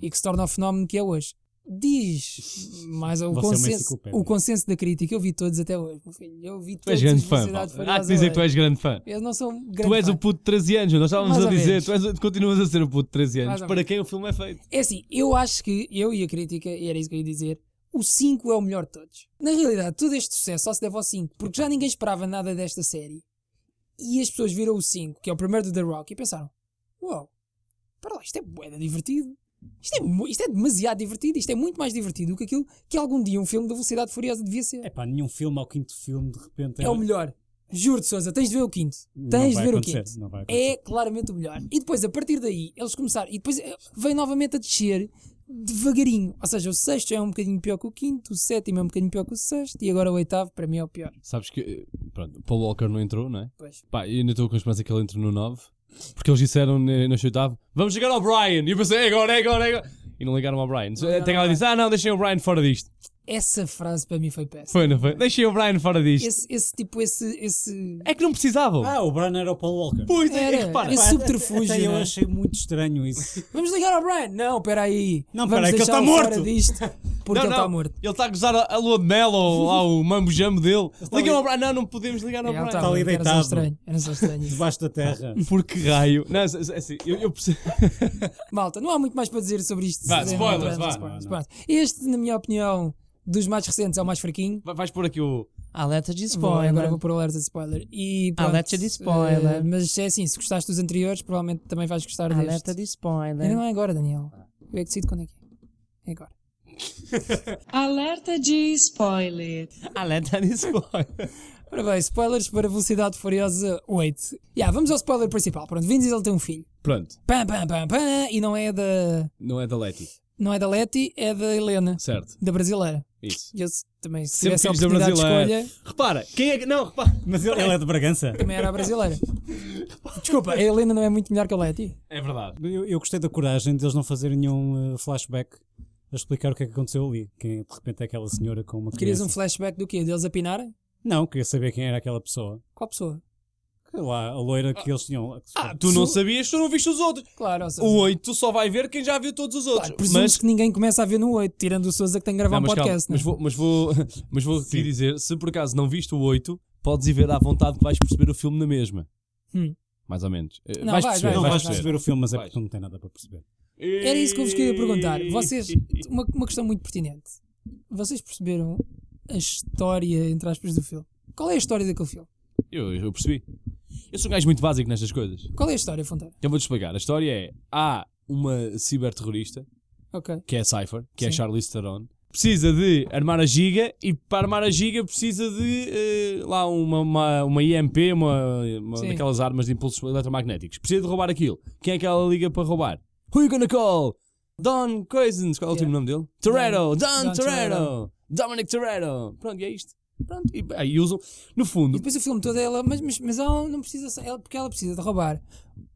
e que se torna o fenómeno que é hoje. Diz mais o
Você é uma
consenso,
enciclopédia.
o consenso da crítica. Eu vi todos até hoje, meu filho. Eu vi
Tu és
todos.
grande
os
fã.
Velocidade
pá. Há
Furiosa
que dizer que tu
hoje.
és grande fã.
Eu não sou um grande
Tu és
fã.
o puto de 13 anos, nós estávamos
Mais
a
ou
dizer,
menos.
tu, és- tu continuas a ser o puto de 13 anos,
Mais ou
para
menos.
quem o filme é feito.
É assim, eu acho que eu e a crítica, e era isso que eu ia dizer, o 5 é o melhor de todos. Na realidade, todo este sucesso só se deve ao 5, porque já ninguém esperava nada desta série. E as pessoas viram o 5, que é o primeiro do The Rock, e pensaram: Uau, para lá, isto é boeda divertido. Isto é, mu- isto é demasiado divertido, isto é muito mais divertido do que aquilo que algum dia um filme da Velocidade Furiosa devia ser.
É pá, nenhum filme ao quinto filme de repente
É o melhor. Juro-te, Sousa, tens de ver o quinto.
Não
Tens de
vai
ver o
acontecer,
quinto.
não vai
É
acontecer.
claramente o melhor. E depois, a partir daí, eles começaram. E depois eh, vem novamente a descer devagarinho. Ou seja, o sexto é um bocadinho pior que o quinto, o sétimo é um bocadinho pior que o sexto, e agora o oitavo, para mim, é o pior.
Sabes que, eh, pronto, o Paul Walker não entrou, não é?
Pois.
Pá, eu ainda estou com a esperança que ele entre no 9, porque eles disseram ne- neste oitavo, vamos chegar ao Brian, e eu pensei, é agora, é agora, é agora. E não ligaram ao Brian. Até que ela disse, ah não, deixem o Brian fora disto.
Essa frase para mim foi péssima.
Foi, não foi? Deixei o Brian fora disto.
Esse, esse tipo, esse. esse...
É que não precisavam.
Ah, o Brian era o Paul Walker.
pois é,
Era,
repara.
esse
Até
subterfúgio.
eu
né?
achei muito estranho isso.
Vamos ligar ao Brian. Não, peraí.
Não,
Vamos
peraí, que ele
deixá-lo
está morto.
fora Disto, porque
Não,
ele está
não.
morto.
Ele está a gozar a, a lua de mel ou lá o mambo jambo dele. Ligam ao Brian. Não, não podemos ligar ao
É, Ele
Brian.
está
Está tá ali
morto. Era só
deitado.
estranho. Era só estranho.
Debaixo da terra.
Por que raio? Não, é- é assim, eu, eu percebo.
Malta, não há muito mais para dizer sobre isto.
Vá,
Não,
spoilers,
não,
vá.
spoilers, pronto. Este, na minha opinião, dos mais recentes é o mais fraquinho.
Vai- Vais pôr aqui o.
Alerta de
Vou,
spoiler.
agora vou pôr o alerta de spoiler. E, pronto,
Alerta de Ah, spoiler. Ah,
eh, mas é assim, se gostaste dos anteriores, provavelmente também vais gostar deste.
Alerta né? de spoiler.
Ainda não é agora, Daniel. Eu é que decido quando é que é. É agora.
Alerta de spoiler.
Alerta de spoiler.
Ora bem, spoilers para Velocidade Furiosa 8. Já, vamos ao spoiler principal. Pronto, Vin Diesel tem um filho.
Pronto,
Pam, pam, pam, pam. E não é da...
não é da Leti,
Não é da Leti, é da Helena.
certo?
Da brasileira.
Isso.
E eu se- também, se
Sempre
tivesse a
filhos da
oportunidade de
brasileira.
escolha,
Repara, quem é que. Não, repara.
Mas ele, ele é de Bragança.
também era a brasileira. Desculpa, a Helena não é muito melhor que a Leti.
É verdade.
Eu, eu gostei da coragem deles não fazerem nenhum eh, flashback a explicar o que é que aconteceu ali. Quem de repente é aquela senhora com uma
Querias
criança.
um flashback do quê? Deles apinarem?
Não, queria saber quem era aquela pessoa.
Qual pessoa?
Que lá, a loira que eles tinham.
Ah, tu não sabias, tu não viste os outros.
Claro, ou seja,
O 8 tu só vai ver quem já viu todos os outros.
claro, presumes
mas
que ninguém começa a ver no 8, tirando o Sousa que tem que gravar
Não,
um
mas, calma,
podcast.
mas
né?
vou, mas vou, mas vou te dizer: se por acaso não viste o 8, podes ir ver à vontade que vais perceber o filme na mesma.
Hum.
Mais ou menos. Eh,
Não, vai,
Não
vai,
vais perceber o filme, mas é porque
Vais.
tu não tem nada para perceber.
Era isso que eu vos queria perguntar. Vocês, uma, uma questão muito pertinente. Vocês perceberam a história, entre aspas, do filme? Qual é a história daquele filme?
Eu, eu percebi. Eu sou um gajo muito básico nestas coisas.
Qual é a história, Fonteira?
Então vou-te explicar. A história é: há uma ciberterrorista,
Ok.
que é a Cypher, que é a
Sim.
Charlize Theron, precisa de armar a giga e para armar a giga precisa de eh, lá uma, uma, uma IMP, uma, uma
Sim.
daquelas armas de impulsos eletromagnéticos. Precisa de roubar aquilo. Quem é que ela liga para roubar? Who you gonna call? Don Cousins. Qual é o último nome dele? Toretto. Don,
Don
Toretto.
Toretto.
Dominic Toretto. Pronto, e é isto. Pronto, e aí usam. No fundo,
E depois o filme todo é ela, mas, mas, mas ela não precisa, sa- ela, porque ela precisa de roubar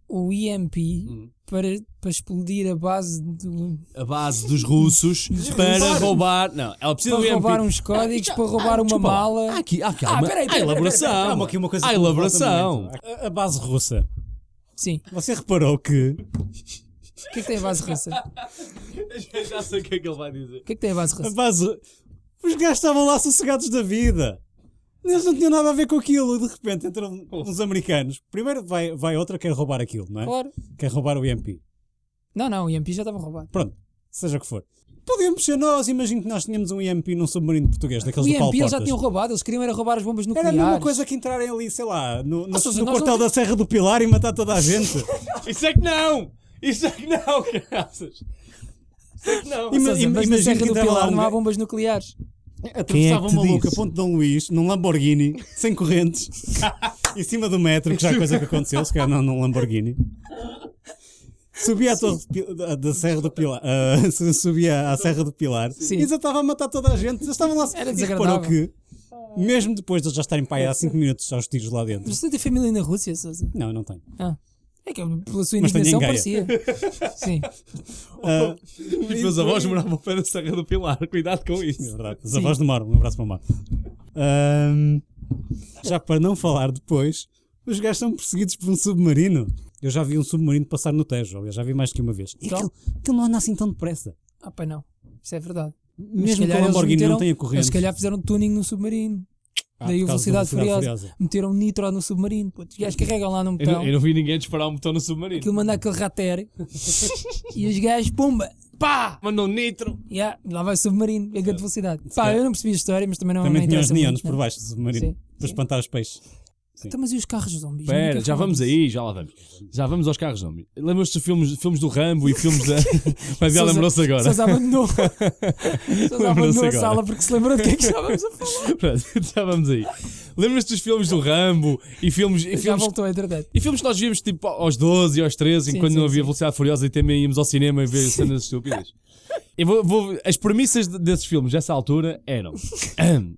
o EMP
Hum.
para, para explodir a base do.
a base dos russos para roubar. Não, ela precisa
para
do IMP.
roubar um uns códigos, para roubar
Ah,
uma
desculpa lá.
mala.
Há aqui, há aqui
Ah,
uma-
peraí, peraí,
há
peraí,
elaboração.
peraí,
Há aqui uma coisa
há
que me revolta
elaboração.
muito. A, a base russa.
Sim.
Você reparou que.
O que é que tem a base russa?
Já sei o que é que ele vai dizer.
O que é que tem a base
A
russa?
base. Os gajos estavam lá sossegados da vida. Eles não tinham nada a ver com aquilo. E de repente entram uns americanos. Primeiro vai, vai outra, quer roubar aquilo, não é?
Claro.
Quer roubar o EMP.
Não, não, o EMP já estava roubado.
Pronto, seja o que for. Podemos ser nós, imagino que nós tínhamos um EMP num submarino português, daqueles
o
do Paulo
EMP eles já
Portas.
tinham roubado, eles queriam era roubar as bombas
Era a
nucleares.
mesma coisa que entrarem ali, sei lá, no, no,
Ah, Sousa,
no
nós
quartel
não-
da Serra do Pilar e matar toda a gente.
Isso é que não! Isso é que não, caraças! Isso é que não!
Ima-
Sousa,
im-
mas na
imagino
Serra
que
do
entrava
Pilar
lá um
não há
gajo-
bombas nucleares.
Atravessava
Quem é que
uma
te
louca,
disse?
Ponte Dom Luís, num Lamborghini, sem correntes, em cima do metro, que já é coisa que aconteceu, se calhar não num Lamborghini. Subia à torre de Pi- da, da Serra do Pilar, ah, se- subia à Serra do Pilar
Sim.
e já estava a matar toda a gente. Eles estavam lá
Era
e reparou
desagradável.
que, mesmo depois de eles já estarem para aí há 5 minutos aos tiros lá dentro.
Mas você tem família na Rússia, Sousa?
Não, não tenho.
É que eu, pela sua
Mas tem
indignação
em Gaia.
parecia. Sim.
Ah,
Os meus avós moravam ao pé da Serra do Pilar, cuidado com
é
isso!
verdade. Os avós do Mauro, um abraço para o Mauro. Ahm, já para não falar depois, os gajos são perseguidos por um submarino. Eu já vi um submarino passar no Tejo, aliás, já vi mais que uma vez. E
Então?
aquilo, aquilo não anda assim tão depressa.
Ah, pá, não. Isso é verdade. Mas se
Mesmo que o
calhar eles
Lamborghini
meteram-
não tenha
Eles
corrente.
se calhar fizeram tuning no submarino. Ah, Daí o velocidade, furiosa. Meteram nitro no submarino. Putz. Os gajos carregam lá num
Eu
botão.
não, eu não vi ninguém disparar um botão no submarino.
Então- Aquilo manda aquele rater. e os gajos, pumba! Pá!
Mandou um nitro!
Yeah, lá vai o submarino. A grande velocidade. Pá, eu não percebi a história, mas também não
Também
não
tinha os
interessa muito,
neons
né?
por baixo do submarino
Sim,
para espantar os peixes.
Então, mas e os carros zombies?
Espera,
Nunca
já
falamos.
vamos aí, já lá vamos. Já vamos aos carros zombies. Lembras-te de filmes, filmes do Rambo e filmes da. Mas já
Sousa-
lembrou-se agora.
Sousa abandonou, Sousa abandonou
Lembrou-se
a
agora.
sala porque se lembrou do que é que estávamos a falar.
Pronto, já vamos aí. Lembras-te dos filmes do Rambo e filmes, e
Já
filmes
voltou a internet.
E filmes que nós víamos tipo aos 12 e aos 13,
Sim,
enquanto
sim,
não havia
sim.
Velocidade Furiosa e também íamos ao cinema e ver cenas estúpidas. Eu vou, vou- as premissas de- desses filmes, dessa altura, eram: ahem,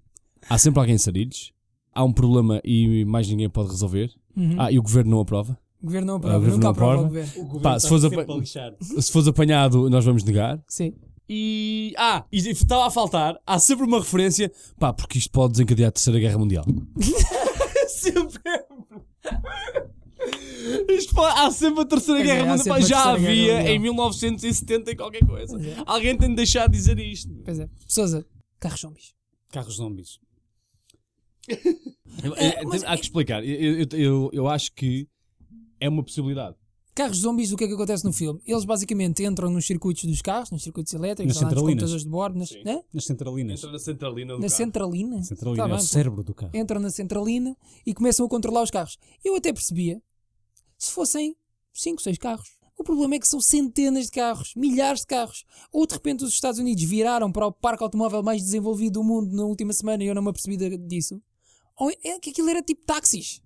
há sempre alguém em sarilhos, há um problema e mais ninguém pode resolver, ah, e o governo não aprova.
Uhum. O governo não
Ah,
aprova,
o governo
nunca
não
aprova o
aprova.
governo.
Pá, se fores, apa- se fores apanhado, nós vamos negar.
Sim.
E. Ah, e estava a faltar. Há sempre uma referência. Pá, porque isto pode desencadear a Terceira Guerra Mundial. sempre. Isto pode- há sempre a Terceira
Pois é,
Guerra
há
Mundial.
sempre
Pá,
uma
já
Terceira Guerra
havia
Mundial.
em 1970 e qualquer coisa.
Pois é.
Alguém tem de deixar de dizer isto.
Pois é. Sousa, carros zombies.
Carros zombies.
É, tem- há que explicar. Eu, eu, eu, eu acho que é uma possibilidade.
Carros zombies, o que é que acontece no filme? Eles basicamente entram nos circuitos dos carros, nos circuitos elétricos,
Nas
lá nos
centralinas.
computadores de bordo, nas, né?
Nas centralinas.
Entra na centralina do
na
carro.
centralina.
Centralina
Tá
é o
bem,
cérebro do carro.
entram na centralina e começam a controlar os carros. Eu até percebia se fossem 5, 6 carros. O problema é que são centenas de carros, milhares de carros. Ou de repente os Estados Unidos viraram para o parque automóvel mais desenvolvido do mundo na última semana e eu não me apercebi da- disso. Ou é que aquilo era tipo táxis.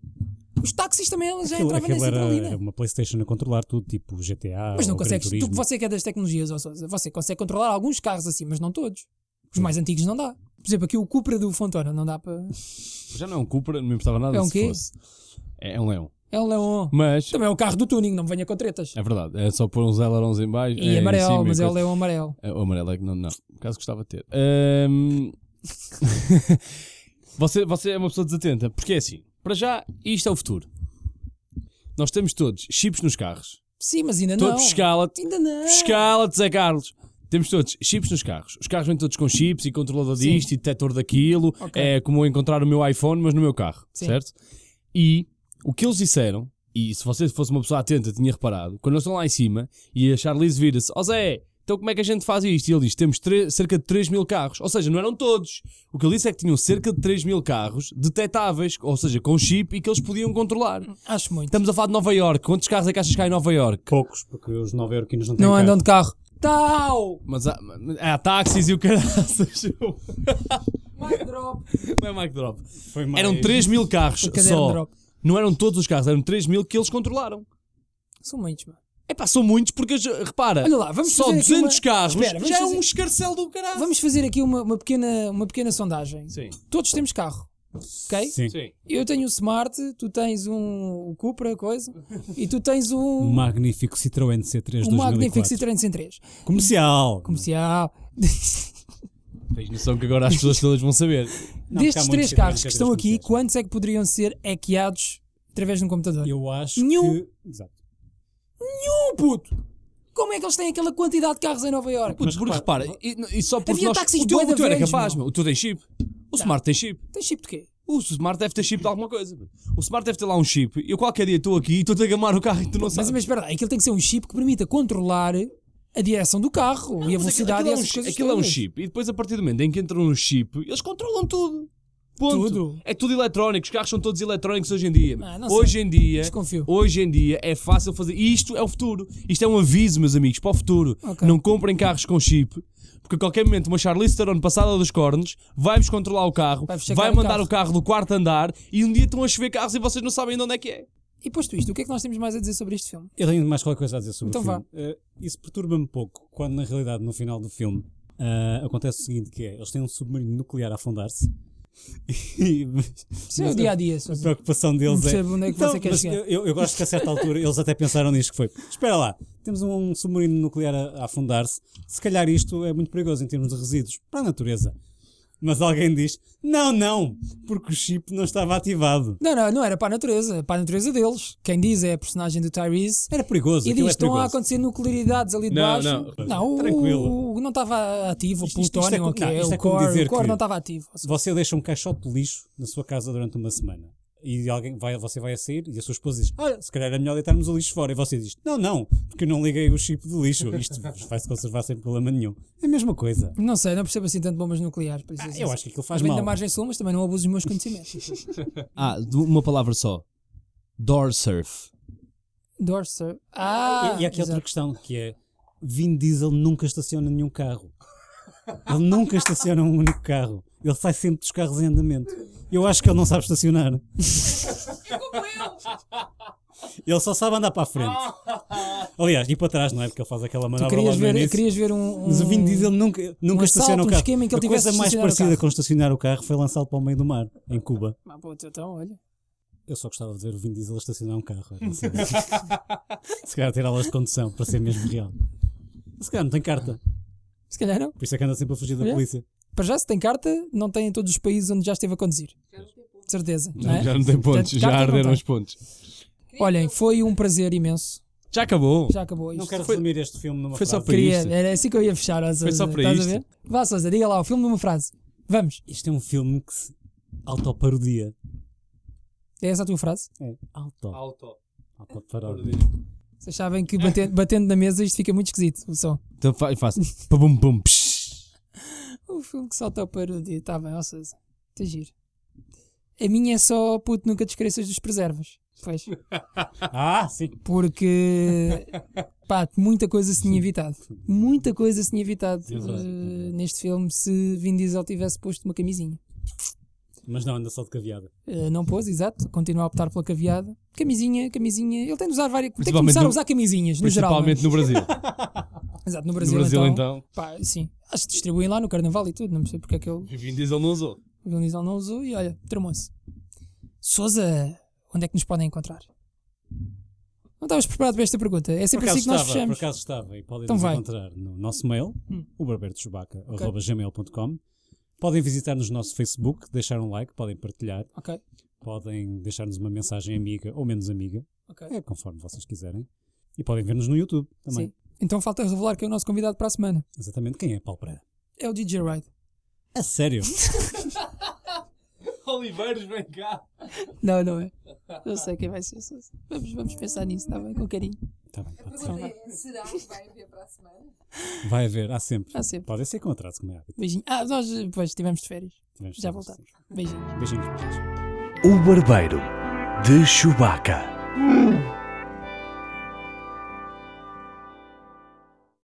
Os táxis também elas já
Aquilo,
entravam
aquilo
na
era
centralina.
era uma Playstation a controlar tudo, tipo GTA
Mas não
ou Gran
consegues, tu,
Turismo.
você que é das tecnologias, ó Sousa, você consegue controlar alguns carros assim, mas não todos. Os mais antigos não dá. Por exemplo, aqui o Cupra do Fontana não dá para.
Já não é um Cupra, não me importava nada
É um
se
quê?
fosse. É é um leão.
É um Leon.
Mas,
Também é o carro do tuning, não me venha com tretas.
é verdade, é só pôr uns ailerons em baixo.
E
em cima
amarelo,
e
mas é o
coisa.
leão amarelo.
É, O amarelo é que não, não. Por acaso gostava de ter. Ahm, você, você é uma pessoa desatenta, porque é assim. Para já, isto é o futuro. Nós temos todos chips nos carros.
Sim, mas ainda Ah, não.
Todos escala-te.
Ainda não.
Escala-te, Zé Carlos. Temos todos chips nos carros. Os carros vêm todos com chips e controlador
Sim.
disto e detector daquilo.
Ok.
É como eu encontrar o meu iPhone, mas no meu carro.
Sim.
Certo? E o que eles disseram, e se você fosse uma pessoa atenta tinha reparado, quando eles estão lá em cima e a Charlize vira-se: Ó Zé, então como é que a gente faz isto? E ele diz: Temos tre- cerca de 3 mil carros. Ou seja, não eram todos. O que ele disse é que tinham cerca de 3 mil carros detectáveis, ou seja, com chip e que eles podiam controlar.
Acho muito.
Estamos a falar de Nova York. Quantos carros é que achas que há em Nova York?
Poucos, porque os nova-iorquinos não têm
Não
carro.
andam de carro. Tau!
Mas há, mas há táxis e o caraças.
Mic drop.
Não é mic drop.
Foi mais-
Eram 3 mil carros
O caderno
só.
drop.
Não eram todos os carros, eram 3 mil que eles controlaram.
São muitos, mano.
É pá, são muitos porque, as- repara,
Olha lá, vamos
só
fazer aqui
200
uma-
carros
Espera, vamos
já é
fazer-
um escarcel do caralho.
Vamos fazer aqui uma, uma pequena, uma pequena sondagem.
Sim,
Todos temos carro. Ok?
Sim.
sim.
Eu tenho o Smart, tu tens um o Cupra, coisa, e tu tens
Um
um,
magnífico Citroën C3
um Magnific
2004.
Citroën 103.
Comercial.
Comercial.
Tens noção que agora as pessoas todas vão saber.
Não, porque há
Destes
muitos
três
Citroën
carros que
C3
estão aqui,
comerciais.
quantos é que poderiam ser hackeados através de um computador?
Eu acho
Nenhum.
que... Exato.
Nenhum, puto! Como é que eles têm aquela quantidade de carros em Nova Iorque?
Mas porque repara, e, e só porque
Havia
nós...
táxis
o teu,
bué da
o teu era
velhos,
capaz,
meu. Tá.
meu. o teu tem chip. O Smart tem chip.
Tem chip de quê?
O Smart deve ter chip de alguma coisa. meu. O Smart deve ter lá um chip. Eu qualquer dia estou aqui e estou-te a gamar o carro e tu não
Mas,
sabes.
mas espera lá, aquilo tem que ser um chip que permita controlar a direção do carro e a
Mas aquilo-
velocidade
aquilo, é
e
um
essas
chi-
coisas
aquilo é um
todas.
chip e depois a partir do momento em que entram no chip eles controlam tudo Ponto.
Tudo?
é tudo eletrónico os carros são todos eletrónicos hoje em dia
Ah, não sei.
hoje em dia
Desconfio.
hoje em dia é fácil fazer e isto é o futuro isto é um aviso meus amigos para o futuro
Ok.
não comprem carros com chip porque a qualquer momento uma Charlize Theron passada dos cornos vai-vos controlar o carro
Vai-vos checar
vai
o
mandar
carro.
o carro do quarto andar e um dia estão a chover carros e vocês não sabem de onde é que é
E posto isto, o que é que nós temos mais a dizer sobre este filme?
Eu tenho mais qualquer coisa a dizer sobre
Então
o filme. Eh, isso perturba-me pouco, quando na realidade no final do filme ah, acontece o seguinte, que é, eles têm um submarino nuclear a afundar-se. E-
Isso é o
mas
dia a dia.
A
Sousa.
preocupação
Não
deles é...
percebo onde é que
Então,
você quer
mas
chegar.
eu, eu- eu gosto que a certa altura eles até pensaram nisto que foi. Espera lá, temos um, um submarino nuclear a, a afundar-se. Se calhar isto é muito perigoso em termos de resíduos para a natureza. Mas alguém diz: não, não, porque o chip não estava ativado.
Não, não, não era para a natureza, para a natureza deles. Quem diz é a personagem do Tyrese.
Era perigoso.
E
aquilo
diz:
é
estão a
perigoso.
acontecer nuclearidades ali de
Não,
baixo.
não.
o-
Tranquilo.
o- não estava ativo, o
Isto- isto- isto é
plutónio,
como-
ok,
não, isto
o
é como
core,
dizer
o core
que-
não estava ativo.
Você deixa um caixote de lixo na sua casa durante uma semana e alguém vai, você vai a sair e a sua esposa diz: Olha, se calhar é melhor deitarmos o lixo fora. E você diz: Não, não, porque eu não liguei o chip do lixo. Isto vai se conservar sem problema nenhum. É a mesma coisa.
Não sei, não percebo assim tanto bombas nucleares. Para
Ah, eu acho que aquilo faz
Vem
mal.
da margem sul, mas também não abuso dos meus conhecimentos.
ah de uma palavra só door surf
Dorser. Ah,
E- e há aqui outra
exato.
questão que é Vin Diesel nunca estaciona nenhum carro. Ele nunca estaciona um único carro. Ele sai sempre dos carros em andamento. Eu acho que ele não sabe estacionar. Ele só sabe andar para a frente. Aliás, e para trás, não é? Porque ele faz aquela
Tu
manobra
querias
lá no
ver,
início.
querias ver um. um...
Mas o Vin Diesel nunca, nunca
um
estaciona
assalto,
o
um
carro.
esquema em que ele
a coisa
tivesse de
mais
estacionar o
parecida
carro.
com estacionar o carro foi lançá-lo para o meio do mar, em Cuba.
Ah, pô, então, olha.
Eu só gostava de ver o Vin Diesel estacionar um carro. era assim. Se calhar ter aulas de condução, para ser mesmo real. Se calhar não tem carta.
Se calhar não.
Por isso é que anda sempre a fugir da
É.
polícia.
Para já, se tem carta, não tem em todos os países onde já esteve a conduzir. De certeza. Não é?
Já não tem pontos,
Portanto,
já
carta não
arderam
tem.
os pontos.
Olhem, foi um prazer imenso.
Já acabou.
Já acabou isto.
Não quero resumir este filme numa
foi só
frase.
para
Queria-
isto.
era assim que eu ia fechar. ó, Sousa.
só para
Estás
isto.
a ver? Vá, Sousa, diga lá o filme numa frase. Vamos.
Isto é um filme que se autoparodia.
É essa a tua frase?
É. Auto.
Alto.
Autoparodia.
Vocês sabem que batendo, batendo na mesa isto fica muito esquisito, o som.
Então fa faço. Pabum, pum, psh.
O Um filme que salta ao parodia. Está bem, ó Sousa. Está giro. A minha é só, puto, nunca te esqueças dos preservas. Pois.
Ah, sim.
porque pá, muita coisa se tinha evitado. Muita coisa se tinha evitado
Verdade.
eh, neste filme se Vin Diesel tivesse posto uma camisinha.
Mas não, anda só de caveada.
Eh, não pôs, exato, continua a optar pela caveada. Camisinha, camisinha. Ele tem de usar várias. Tem que
Principalmente
começar a
no-
usar camisinhas, no geral.
Principalmente no Brasil.
não é? Exato, no
No
Brasil,
Brasil,
então.
então.
Pá, sim. Acho que distribuem lá no carnaval e tudo. Não sei porque é que ele,
Vin Diesel não usou.
o Vin Diesel não usou e olha, tramou-se. Souza, onde é que nos podem encontrar? Não estavas preparado para esta pergunta. É
Por
sempre
acaso
assim que nós
estava, por
fechamos.
acaso estava. E podem
Então
nos
vai.
encontrar no nosso mail,
Hum.
uberbertochubaca.gmail.com Podem visitar-nos no nosso Facebook, deixar um like, podem partilhar,
Ok,
podem deixar-nos uma mensagem amiga ou menos amiga,
ok.
é conforme vocês quiserem. E podem ver-nos no YouTube também.
Sim. Então falta revelar que é o nosso convidado para a semana.
Exatamente quem é Paulo Pereira.
É o DJ Ride.
A sério?
Oliveiros, vem cá.
Não, não é. Eu sei quem vai ser. só- Vamos, vamos pensar nisso, está bem? Com carinho.
Tá bem, pode ser.
Pergunta é, será que vai haver para a semana?
Vai haver, há sempre.
Há sempre.
Podem ser com atraso, como é hábito.
Beijinho. Ah, nós depois estivemos de férias.
Tivemos
Já
sempre, assim.
voltamos. Beijinho.
sempre. Beijinhos. beijinhos.
O barbeiro de Chewbacca.